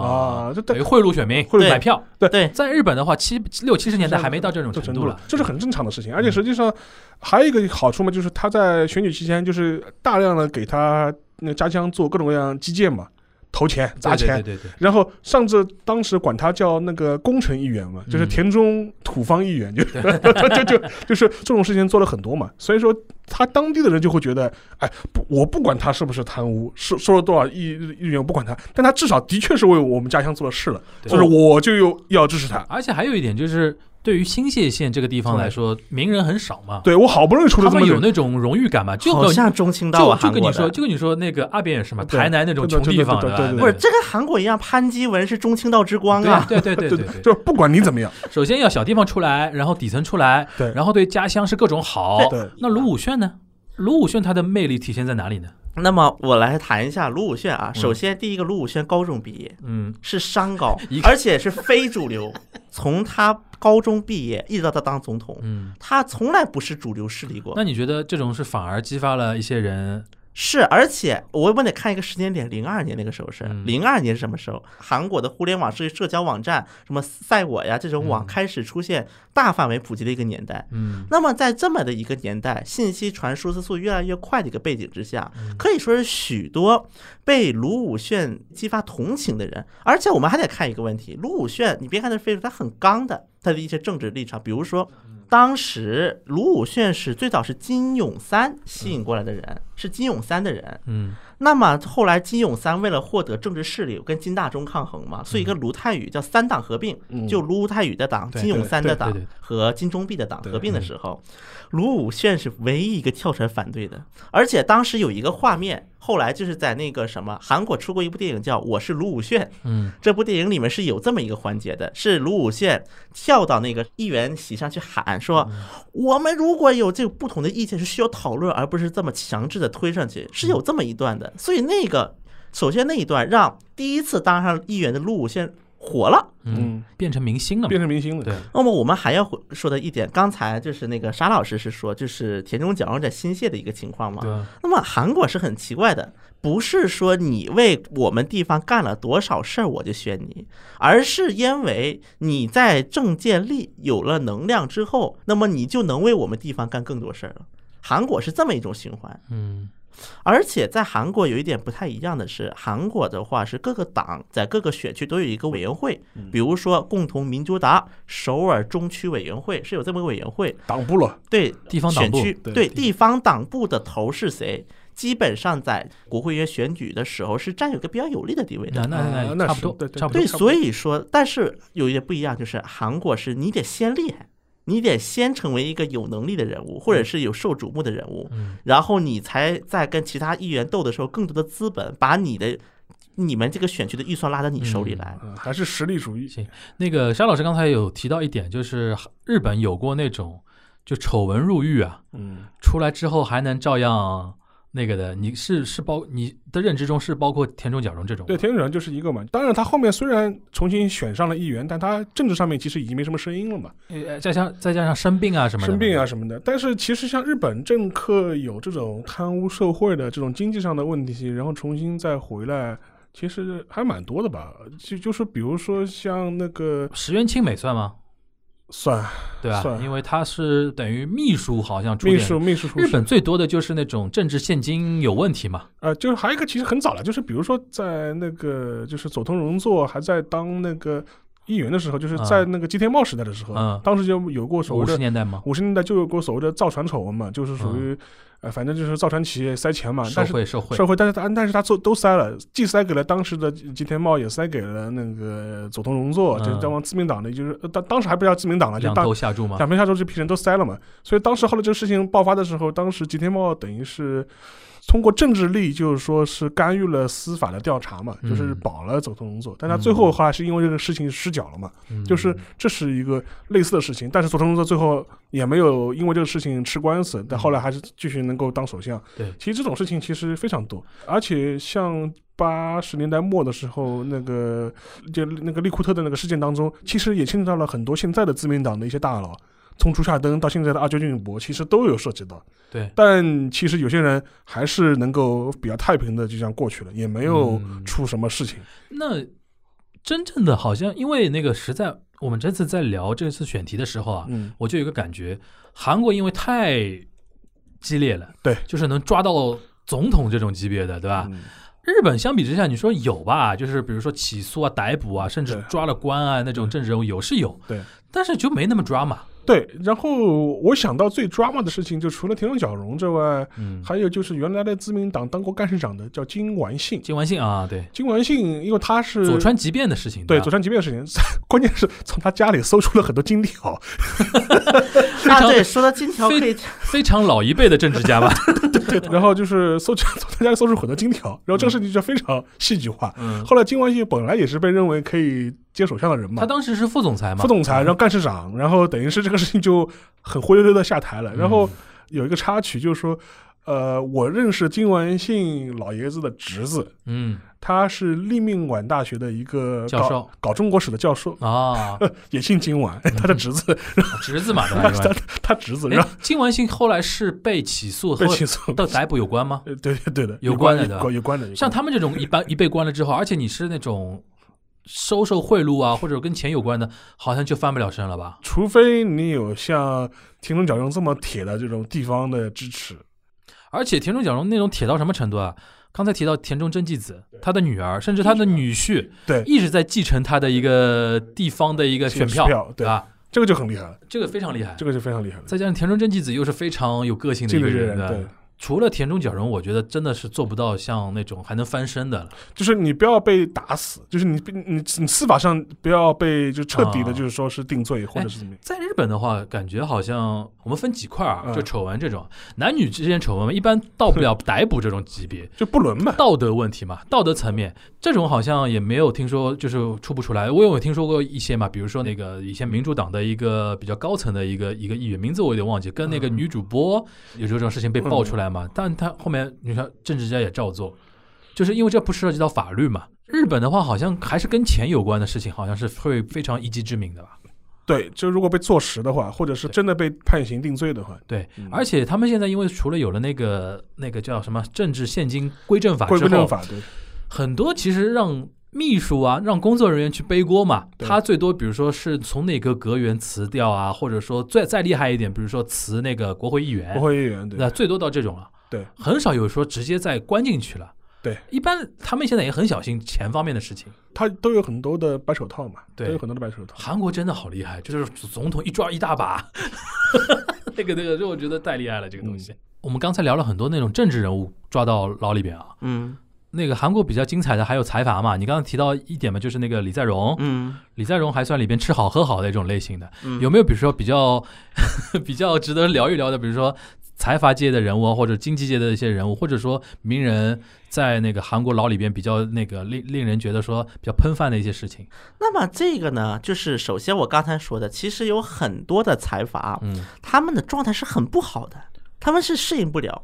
啊，这等于这贿赂选民、贿赂买票。对，在日本的话，七六七十年代还没到这种这程程度度了了。，嗯这是很正常的事情，而且实际上还有一个好处嘛，就是他在选举期间就是大量的给他那家乡做各种各样基建嘛，投钱砸钱对，对对对，然后上至当时管他叫那个工程议员嘛，就是嗯田中土方议员，就 就就就是这种事情做了很多嘛，所以说他当地的人就会觉得，哎，不，我不管他是不是贪污，收收了多少亿日元，我不管他，但他至少的确是为我们家乡做了事了，对就是我就又要支持他。而且还有一点就是，对于新泻县这个地方来说，名人很少嘛，对我好不容易出了这他么们有久，那种荣誉感嘛，就好跟像中青道就啊，就韩跟国你说，的。就跟你说那个阿扁也是嘛，对台南那种对穷对地方对对对对不是，吧这跟韩国一样，潘基文是中青道之光啊。对对对对就对 对，就是不管你怎么样，首先要小地方出来，然后底层出来，对然后对家乡是各种好。对那卢武铉呢？卢武铉他的魅力体现在哪里呢？那么我来谈一下卢武铉啊。首先，第一个卢武铉高中毕业嗯，是商高 一，个而且是非主流。从他高中毕业一直到他当总统，嗯，他从来不是主流势力过那。你觉得这种是反而激发了一些人是，而且我们得看一个时间点，零二年那个时候是嗯零二、年是什么时候？韩国的互联网社社交网站，什么赛我呀这种网嗯开始出现大范围普及的一个年代。嗯那么在这么的一个年代，信息传输速度越来越快的一个背景之下，可以说是许多被卢武铉激发同情的人。而且我们还得看一个问题，卢武铉，你别看他非主，他很刚的，他的一些政治立场，比如说。当时卢武铉是最早是金泳三吸引过来的人，是金泳三的人。嗯那么后来金泳三为了获得政治势力，跟金大中抗衡嗯嘛，所以跟卢泰愚叫三党合并，嗯就卢泰愚的党、对金泳三的对对党对对嗯和金钟弼的党对合并的时候，卢武铉是唯一一个跳出来反对的。而且当时有一个画面，后来就是在那个什么韩国出过一部电影叫《我是卢武铉》，嗯这部电影里面是有这么一个环节的，是卢武铉跳到那个议员席上去喊说：“我们如果有这个不同的意见，是需要讨论，而不是这么强制的推上去。”是有这么一段的，所以那个首先那一段让第一次当上议员的卢武铉火了。嗯，嗯，变成明星了嘛变？成明星了。对那么我们还要说的一点，刚才就是那个沙老师是说，就是田中角荣在新泻的一个情况嘛。对啊，那么韩国是很奇怪的，不是说你为我们地方干了多少事儿我就选你，而是因为你在政界力有了能量之后，那么你就能为我们地方干更多事儿了。韩国是这么一种循环，嗯而且在韩国有一点不太一样的是，韩国的话是各个党在各个选区都有一个委员会，比如说共同民主党首尔中区委员会是有这么个委员会，挡不了，对地方党选部区，对对地方党部的头是谁，基本上在国会议员选举的时候是占有一个比较有利的地位那的。啊那那差是不多对，对差不多对，对，所以说，但是有一点不一样，就是韩国是你得先厉害，你得先成为一个有能力的人物，或者是有受瞩目的人物，嗯然后你才在跟其他议员斗的时候，更多的资本把你的你们这个选区的预算拉到你手里来。嗯还是实力主义。那个沙老师刚才有提到一点，就是日本有过那种就丑闻入狱啊，嗯，出来之后还能照样那个的。你是是包你的认知中是包括田中角荣这种吗？对，田中角荣就是一个嘛。当然，他后面虽然重新选上了议员，但他政治上面其实已经没什么声音了嘛。呃，再加再加上生病啊什么的，生病啊，什么的。但是其实像日本政客有这种贪污受贿的这种经济上的问题，然后重新再回来，其实还蛮多的吧。就就是比如说像那个石原清美算吗？算对吧、算因为他是等于秘书，好像出秘点书秘书出日身本最多的就是那种政治现金有问题嘛，呃，就是还有一个其实很早了，就是比如说在那个就是佐藤荣作还在当那个议员的时候，就是嗯在那个吉田茂时代的时候，嗯当时就有过所五谓十的年代嘛，五十年代就有过所谓的造船丑闻嘛，就是属嗯于、呃反正就是造船企业塞钱嘛，受啊但是贿受贿，社会，但是他但是他做都塞了，既塞给了当时的吉田茂，也塞给了那个佐藤荣作，嗯就是这帮自民党的，就是呃当当时还不叫自民党了，就两当头下注嘛，两边下周这批人都塞了嘛。所以当时后来这个事情爆发的时候，当时吉田茂等于是通过政治力，就是说是干预了司法的调查嘛，嗯就是保了佐藤荣作，但他最后后来是因为这个事情失脚了嘛，嗯就是这是一个类似的事情，但是佐藤荣作最后也没有因为这个事情吃官司，但后来还是继续能够当首相。嗯对其实这种事情其实非常多，而且像。八十年代末的时候，那个就那个利库特的那个事件当中，其实也牵扯到了很多现在的自民党的一些大佬，从竹下登到现在的阿久俊博，其实都有涉及到。对，但其实有些人还是能够比较太平的就这样过去了，也没有嗯出什么事情。那真正的好像因为那个实在，我们这次在聊这次选题的时候啊，嗯，我就有一个感觉，韩国因为太激烈了，对，就是能抓到总统这种级别的，对吧？嗯日本相比之下，你说有吧？就是比如说起诉啊、逮捕啊，甚至对抓了官啊那种政治人物有是有，对，但是就没那么抓嘛。对。然后我想到最 drama 的事情，就除了田中角荣之外，嗯，还有就是原来的自民党当过干事长的叫金丸信。金完信啊，对，金丸信，因为他是佐川急啊便的事情，对 吧佐川急便的事情，关键是从他家里搜出了很多金条，啊，常对，说到金条可以非常老一辈的政治家吧。 然后就是搜出 从他家里搜出很多金条，然后这个事情就非常戏剧化。嗯，后来金丸信本来也是被认为可以接首相的人嘛，他当时是副总裁嘛，嗯副总裁，然后干事嗯长，然后等于是这个事情就很灰溜溜的下台了。然后有一个插曲，就是说，呃，我认识金完信老爷子的侄子，嗯他是立命馆大学的一个教搞授搞中国史的教授，啊，也姓金完，他的侄 子，侄子嘛，对吧？对吧 他侄子，哎然后金完信后来是被起诉和被起诉， 到逮捕有关吗？呃对对对的，有关关的有的关有关的，有像关的他们这种一般一被关了之后，而且你是那种收受贿赂啊，或者跟钱有关的，好像就翻不了身了吧？除非你有像田中角荣这么铁的这种地方的支持，而且田中角荣那种铁到什么程度啊？刚才提到田中真纪子，他的女儿，甚至他的女婿，对一直在继承他的一个地方的一个选票，对吧？这个就很厉害了，这个非常厉害。这个就非常厉害了。再加上田中真纪子又是非常有个性的一个这个人，人对吧除了田中角荣，我觉得真的是做不到像那种还能翻身的了。就是你不要被打死，就是你你你司法上不要被就彻底啊的，就是说是定罪或者是怎么样。在日本的话，感觉好像我们分几块啊，嗯就丑闻这种，男女之间丑闻嘛一般到不了逮捕这种级别，就不伦嘛，道德问题嘛，道德层面这种好像也没有听说，就是出不出来。我有听说过一些嘛，比如说那个以前民主党的一个比较高层的一个一个议员，名字我有点忘记，跟那个女主播有这种事情被爆出来嘛，但他后面你看政治家也照做，就是因为这不涉及到法律嘛。日本的话，好像还是跟钱有关的事情，好像是会非常一击致命的吧。对，就如果被坐实的话，或者是真的被判刑定罪的话，对，嗯而且他们现在因为除了有了那个那个叫什么政治现金归正法归之归正后，法对，很多其实让秘书啊，让工作人员去背锅嘛。对他最多比如说是从哪个阁员辞掉啊，或者说再再厉害一点，比如说辞那个国会议员，国会议员对哎那最多到这种了。对，很少有说直接再关进去了。对，一般他们现在也很小心钱方面的事情。他都有很多的白手套嘛，对都有很多的白手套。韩国真的好厉害，就是总统一抓一大把， 那个那个，这我觉得太厉害了，这个嗯东西。我们刚才聊了很多那种政治人物抓到牢里边啊，嗯那个韩国比较精彩的还有财阀嘛，你刚刚提到一点嘛，就是那个李在镕，嗯李在镕还算里边吃好喝好的一种类型的，嗯，有没有比如说比较 比较值得聊一聊的，比如说财阀界的人物啊，或者经济界的一些人物，或者说名人在那个韩国牢里边比较那个令令人觉得说比较喷饭的一些事情，那么这个呢，就是首先我刚才说的，其实有很多的财阀，嗯，他们的状态是很不好的，他们是适应不了。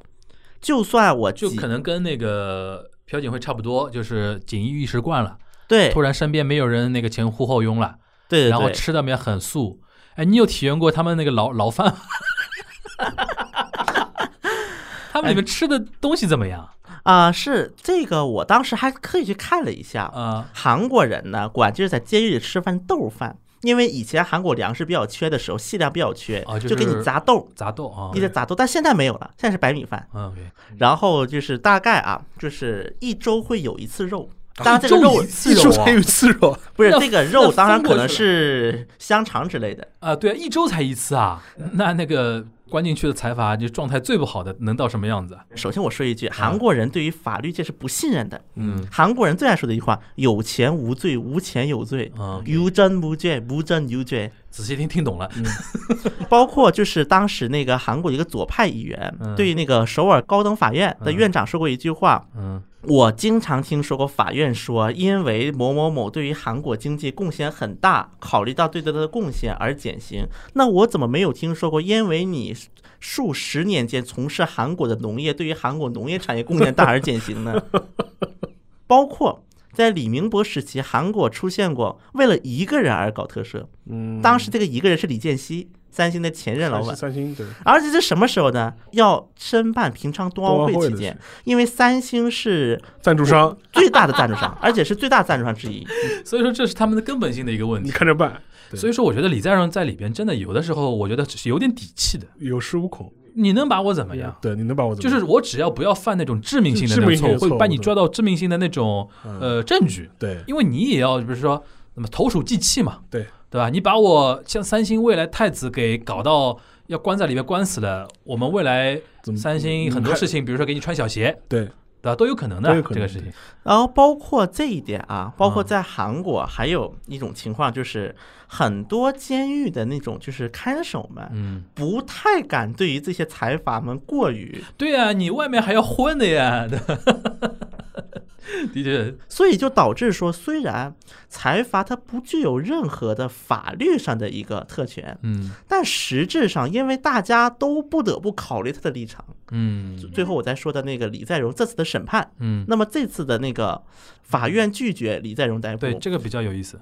就算我就急可能跟那个朴槿惠差不多，就是锦衣玉食惯了，对突然身边没有人那个前呼后拥了，对对然后对吃的也很素。哎，你有体验过他们那个牢牢饭？ 他哎们里面吃的东西怎么样啊、是这个，我当时还特意去看了一下，啊？韩国人呢，管就是在监狱里吃饭豆饭，因为以前韩国粮食比较缺的时候，细粮比较缺，啊就给你是砸豆，杂豆啊，你得砸豆，但现在没有了，现在是白米饭。嗯，OK，然后就是大概啊，就是一周会有一次肉，当然这个啊一周肉一次肉啊还有刺肉，不是那这个那肉，分当然可过去能了是香肠之类的。啊，对啊，一周才一次啊。那那个关进去的财阀，就状态最不好的，能到什么样子啊？首先我说一句，韩国人对于法律界是不信任的。嗯，韩国人最爱说的一句话：“有钱无罪，无钱有罪啊，无证无罪，无证无罪。”仔细听听懂了，嗯包括就是当时那个韩国一个左派议员嗯对那个首尔高等法院的院长说过一句话，嗯，我经常听说过法院说，因为某某某对于韩国经济贡献很大，考虑到对他的贡献而减刑。那我怎么没有听说过，因为你数十年间从事韩国的农业，对于韩国农业产业贡献大而减刑 呢？包括在李明博时期，韩国出现过为了一个人而搞特赦，嗯，当时这个一个人是李健熙，三星的前任老三板。三星对而且这什么时候呢？要申办平昌冬奥会期间，因为三星是赞助商，最大的赞助商， 而且是最大赞助商之一。所以说这是他们的根本性的一个问你题。看着办，对所以说，我觉得李在镕在里边真的有的时候，我觉得是有点底气的。有恃无恐。你能把我怎么样？对，你能把我怎就么样是我只要不要犯那种致命性的致那命性种错误，的错会误把你抓到致命性的那种嗯呃证据，对因为你也要比如说那么投鼠忌器嘛，对对吧？你把我像三星未来太子给搞到要关在里面关死了，我们未来怎么嗯三星很多事情，比如说给你穿小鞋，对对吧？都有可能的都有可能这个事情。然后包括这一点啊，包括嗯在韩国还有一种情况，就是很多监狱的那种就是看守们嗯，不太敢对于这些财阀们过于，对呀、你外面还要混的呀， 对吧的确，所以就导致说，虽然财阀它不具有任何的法律上的一个特权，嗯，但实质上，因为大家都不得不考虑他的立场，嗯，最后我再说的那个李在镕这次的审判，嗯，那么这次的那个法院拒绝李在镕逮捕对，，这个比较有意思。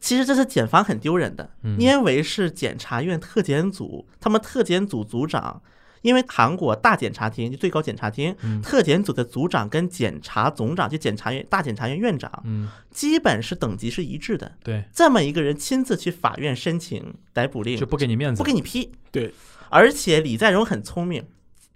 其实这是检方很丢人的，嗯因为是检察院特检组，他们特检组组长，因为韩国大检察厅就最高检察厅、嗯特检组的组长跟检察总长就检察院大检察院院长，嗯，基本是等级是一致的。对，这么一个人亲自去法院申请逮捕令，就不给你面子，不给你批。对，而且李在镕很聪明，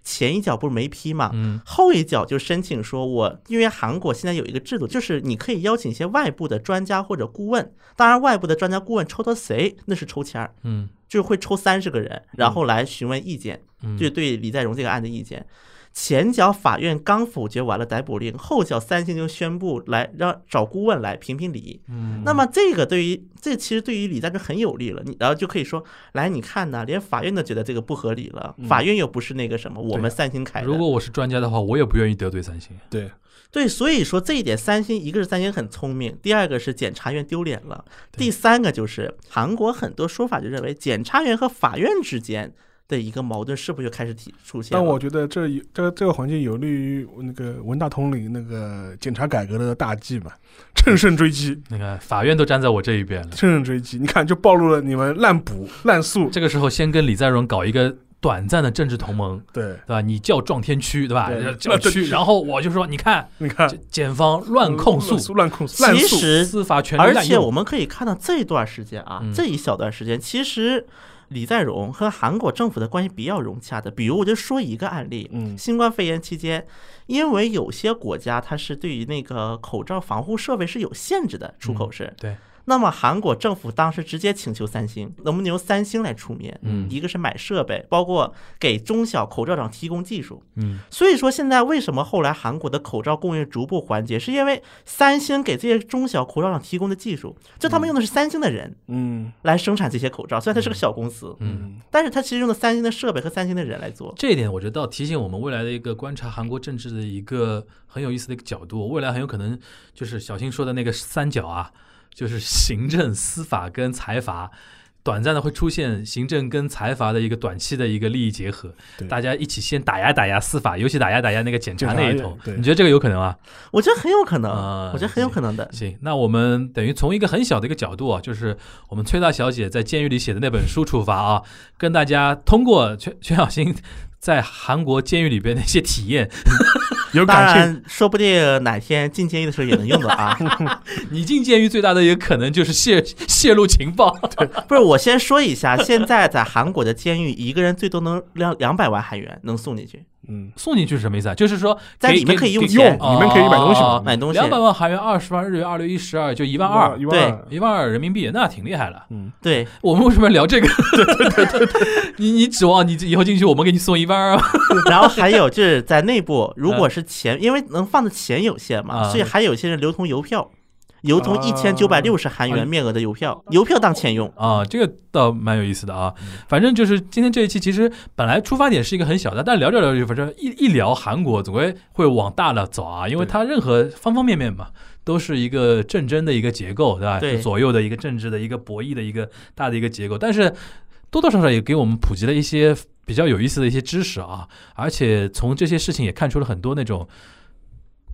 前一脚不是没批嘛，嗯后一脚就申请说我，因为韩国现在有一个制度，就是你可以邀请一些外部的专家或者顾问，当然外部的专家顾问抽到谁那是抽签儿，嗯就是会抽三十个人，然后来询问意见，嗯，就对李在镕这个案的意见。前脚法院刚否决完了逮捕令，后脚三星就宣布来让找顾问来评评理。嗯那么这个对于这其实对于李在镕很有利了，你然后就可以说，来你看呐，连法院都觉得这个不合理了，法院又不是那个什么，我嗯对啊们三星开的。如果我是专家的话，我也不愿意得罪三星。对，对，所以说这一点，三星一个是三星很聪明，第二个是检察院丢脸了，对第三个就是韩国很多说法就认为检察院和法院之间的一个矛盾是不是就开始体出现但了？我觉得这一这这个环节有利于那个文大统领那个检察改革的大计嘛，乘胜追击，那个法院都站在我这一边了，乘胜追击。你看，就暴露了你们滥捕滥诉。这个时候先跟李在镕搞一个短暂的政治同盟，对，对吧？你叫撞天区，对吧对？叫区，然后我就说，你看， 你看这，检方乱控诉，乱控诉，滥其诉。实司法权而力滥且我用。们可以看到这段时间啊，嗯这一小段时间，其实李在镕和韩国政府的关系比较融洽的。比如，我就说一个案例，嗯新冠肺炎期间，因为有些国家它是对于那个口罩防护设备是有限制的，出口是。嗯对。那么韩国政府当时直接请求三星，能不能由三星来出面？嗯一个是买设备，包括给中小口罩厂提供技术。嗯，所以说现在为什么后来韩国的口罩供应逐步缓解，是因为三星给这些中小口罩厂提供的技术，就他们用的是三星的人嗯来生产这些口罩，虽然它是个小公司，嗯，但是它其实用的三星的设备和三星的人来做。这一点我觉得倒提醒我们未来的一个观察韩国政治的一个很有意思的一个角度，未来很有可能就是小新说的那个三角啊，就是行政、司法跟财阀。短暂的会出现行政跟财阀的一个短期的一个利益结合对，大家一起先打压打压司法，尤其打压打压那个检察检察那一院头。对你觉得这个有可能啊？我觉得很有可能，啊我觉得很有可能的。行，那我们等于从一个很小的一个角度啊，就是我们崔大小姐在监狱里写的那本书出发啊，跟大家通过全全小新在韩国监狱里边的一些体验，有当感性，然，说不定哪天进监狱的时候也能用到 啊。你进监狱最大的一个可能就是泄泄露情报，不是，我先说一下，现在在韩国的监狱，一个人最多能两两百万韩元能送进去，嗯， 送进去是什么意思啊？就是说在给里面给可以用给钱用里面可以买东西嘛哦买东西。两百万韩元，二十万日元，二六一十二，就一万二一，万二，一万二人民币，那挺厉害了。嗯，对，我们为什么要聊这个？ 你你指望你以后进去我们给你送一万二啊吗？然后还有就是在内部，如 果是钱，因为能放的钱有限嘛，啊所以还有一些人流通邮票，流通啊一千九百六十韩元面额的邮票，邮票当钱用。啊，这个倒蛮有意思的啊。反正就是今天这一期，其实本来出发点是一个很小的，但聊着聊着，反正一一聊韩国，总归会往大了走啊，因为对它任何方方面面嘛，都是一个政争的一个结构，对吧？对是左右的一个政治的一个博弈的一个大的一个结构，但是多多少少也给我们普及了一些比较有意思的一些知识啊，而且从这些事情也看出了很多那种。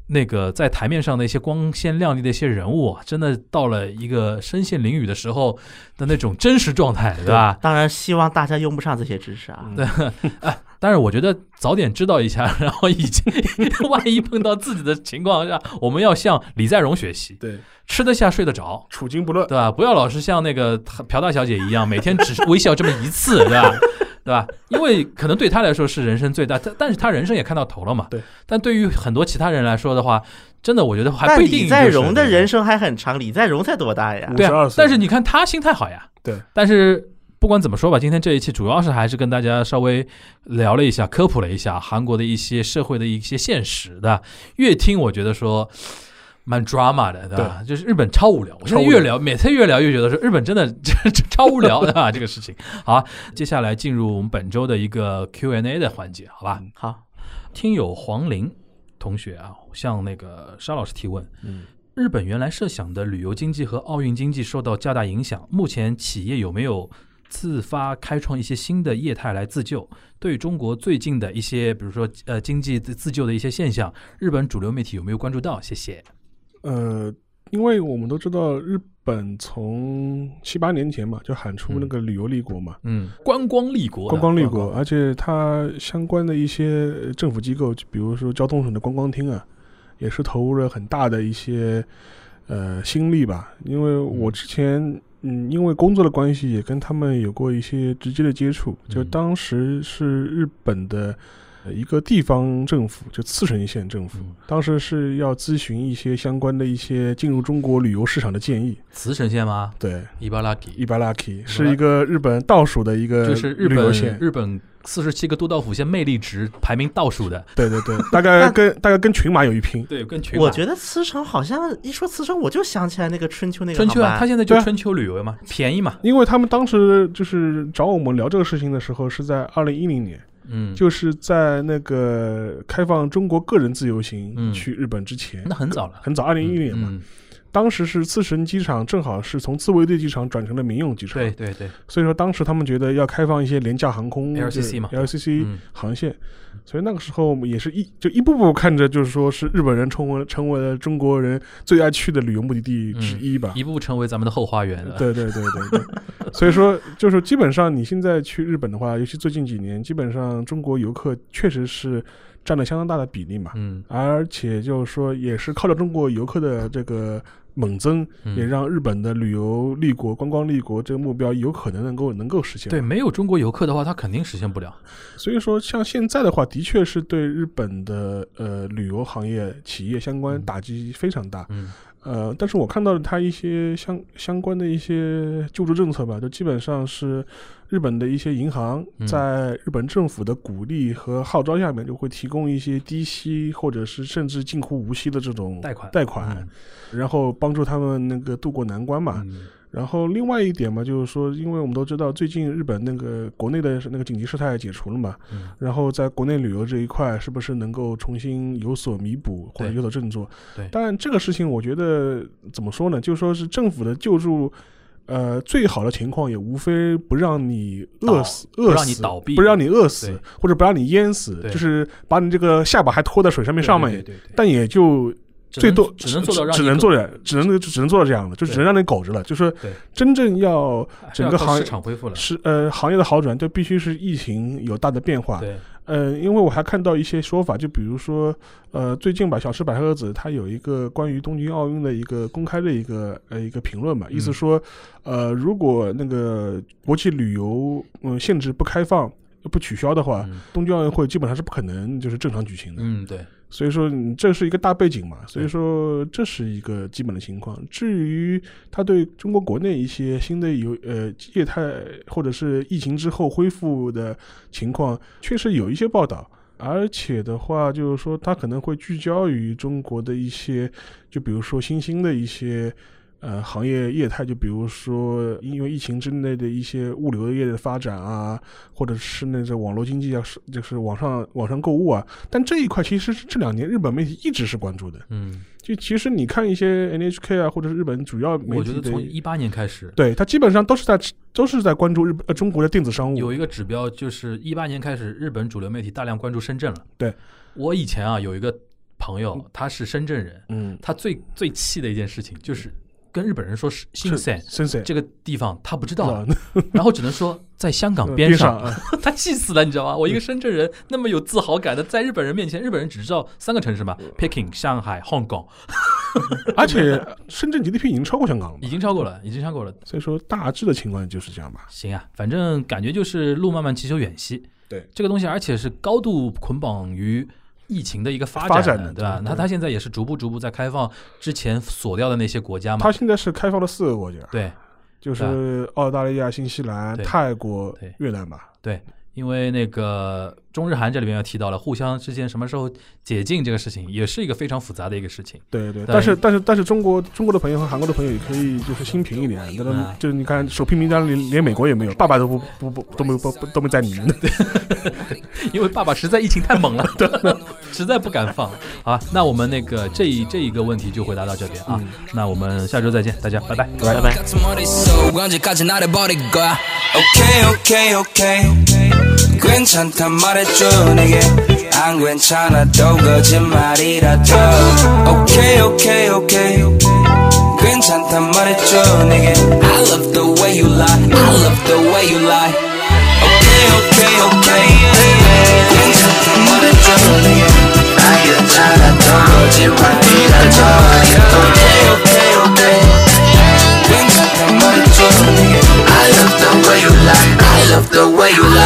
那个在台面上的一些光鲜亮丽的一些人物、啊，真的到了一个身陷囹圄的时候的那种真实状态，对吧？当然，希望大家用不上这些知识啊。嗯但是我觉得早点知道一下， 然后以前万一碰到自己的情况下，我们要向李在镕学习，对，吃得下睡得着，处惊不乱，对吧？不要老是像那个朴大小姐一样，每天只是微笑这么一次， 对吧？对吧？因为可能对她来说是人生最大，但但是她人生也看到头了嘛。对。但对于很多其他人来说的话，真的我觉得还但不一定。李在镕的人。生还很长，李在镕才多大呀？对啊52，岁但是你看他心态好呀。对，但是不管怎么说吧，今天这一期主要是还是跟大家稍微聊了一下，科普了一下韩国的一些社会的一些现实的。越听我觉得说。蛮 drama 的，对吧？就是日本超无聊，我现在超无越聊聊，每次越聊越觉得说日本真的 超无聊的啊，这个事情。好，接下来进入我们本周的一个 Q&A 的环节，好吧？好，听友黄玲同学啊，向那个沙老师提问：嗯，日本原来设想的旅游经济和奥运经济受到较大影响，目前企业有没有自发开创一些新的业态来自救。对中国最近的一些，比如说呃经济自自救的一些现象，日本主流媒体有没有关注到？谢谢。呃，因为我们都知道日本从七八年前嘛，就喊出那个旅游立国嘛，嗯，观光立国的，观呃光立国，而且它相关的一些呃政府机构，就比如说交通省的观光厅啊，也是投入了很大的一些呃心力吧。因为我之前嗯，因为工作的关系，也跟他们有过一些直接的接触。就嗯当时是日本的呃一个地方政府，就茨城县政府嗯，当时是要咨询一些相关的一些进入中国旅游市场的建议。茨城县吗对。伊巴拉吉伊巴拉基是一个日本倒数的一个就是日旅游本县，日本四十七个都道府县魅力值排名倒数的，对对对，大概跟大概跟群马有一拼。对，跟群我觉得茨城好像一说茨城，我就想起来那个春秋那个春秋啊，航他班现在就对啊春秋旅游嘛，便宜嘛，因为他们当时就是找我们聊这个事情的时候，是在二零一零年，嗯，就是在那个开放中国个人自由行嗯去日本之前，那很早了，很早，二零一零年嘛。嗯，当时是茨城机场正好是从自卫队机场转成了民用机场对，对对，所以说当时他们觉得要开放一些廉价航空 LCC 嘛 l c c 嗯航线，所以那个时候我们也是一就一步步看着，就是说是日本人成为成为了中国人最爱去的旅游目的地之一吧。一步步成为咱们的后花园了，对对对对对，所以说就是基本上你现在去日本的话，尤其最近几年，基本上中国游客确实是占了相当大的比例嘛，嗯，而且就是说也是靠着中国游客的这个猛增，嗯也让日本的旅游立国、观光立国这个目标有可能能够能够实现。对，，没有中国游客的话，他肯定实现不了，所以说像现在的话，的确是对日本的呃旅游行业、企业相关嗯打击非常大。嗯呃，但是我看到了它一些相相关的一些救助政策吧，就基本上是日本的一些银行嗯在日本政府的鼓励和号召下面，就会提供一些低息或者是甚至近乎无息的这种贷款贷款，然后帮助他们那个渡过难关嘛。嗯嗯然后另外一点嘛，就是说，因为我们都知道最近日本那个国内的那个紧急事态解除了嘛，嗯然后在国内旅游这一块，是不是能够重新有所弥补或者对有所振作？对但这个事情我觉得怎么说呢？就是说是政府的救助，呃，最好的情况也无非不让你饿死，不饿让你死，倒闭不让你饿死对，或者不让你淹死，对就是把你这个下巴还拖在水上面上面，对对对对但也就只最能多只能做到让只你能更做点，只能只能做到这样的，就对只能让你苟着了。就是对真正要还是整要个靠行市业场恢复了，是呃行业的好转，就必须是疫情有大的变化。对，呃，因为我还看到一些说法，就比如说，呃，最近吧，小吃百合子它有一个关于东京奥运的一个公开的一个呃一个评论嘛，意思嗯说，呃，如果那个国际旅游嗯、呃限制不开放。不取消的话，嗯东京奥运会基本上是不可能就是正常举行的。嗯对，所以说你这是一个大背景嘛，所以对说这是一个基本的情况。至于它对中国国内一些新的有呃业态或者是疫情之后恢复的情况，确实有一些报道。而且的话，就是说它可能会聚焦于中国的一些，就比如说新兴的一些呃行业业态，就比如说因为疫情之内的一些物流业的发展啊，或者是那种网络经济啊，是就是网上网上购物啊，但这一块其实是这两年日本媒体一直是关注的。嗯，就其实你看一些 NHK 啊，或者是日本主要媒我觉体得的，从一八年开始，对它基本上都是在都是在关注日本呃中国的电子商务。有一个指标，就是一八年开始，日本主流媒体大量关注深圳了。对，我以前啊有一个朋友，他是深圳人，嗯，他最最气的一件事情就是跟日本人说是新是鲜深圳这个地方他不知啊道，然后只能说在 香港边边上，啊 他气死了，你知道吗？我一嗯个深圳人那么有自豪感的，在日本人面前，日本人只知道三个城市嘛，Peking、上嗯海、Hong Kong，而且深圳 GDP 已经超过香港了已嘛，经超过嗯了，已经超过了。所以说大致的情况就是这样吧。行啊，反正感觉就是路漫漫其修远兮。对这个东西，而且是高度捆绑于疫情的一个发发展展的的，对吧对？那它现在也是逐步逐步在开放之前锁掉的那些国家嘛它，现在是开放了四个国家，对就是澳大利亚、新西兰、对泰国对、越南吧。对。因为那个中日韩这里面要提到了，互相之间什么时候解禁这个事情，也是一个非常复杂的一个事情。对对，对但是但是但是中国中国的朋友和韩国的朋友也可以就是心平一点，那他们嗯就是你看首批名单连连美国也没有，爸爸都不不不都没有不不都没在里面的，因为爸爸实在疫情太猛了，实在不敢放啊。那我们那个这一这一个问题就回答到这边啊。那我们下周再见，大家拜拜。嗯拜拜。 같은 머릿속 언제까지 나를 버릴 거야 오케이 오케이 오케이 괜찮단 말했죠 내게 안 괜찮아도 거짓말이라도 오케이 오케이 오케이 괜찮단 말했죠 내게 I love the way you lie I love the way you lie 오케이 오케이 오케이 괜찮단 말했죠 내게 안 괜찮아도 거짓말이라도 오케이 오케이 오케이 I love the way you lie, I love the way you lie.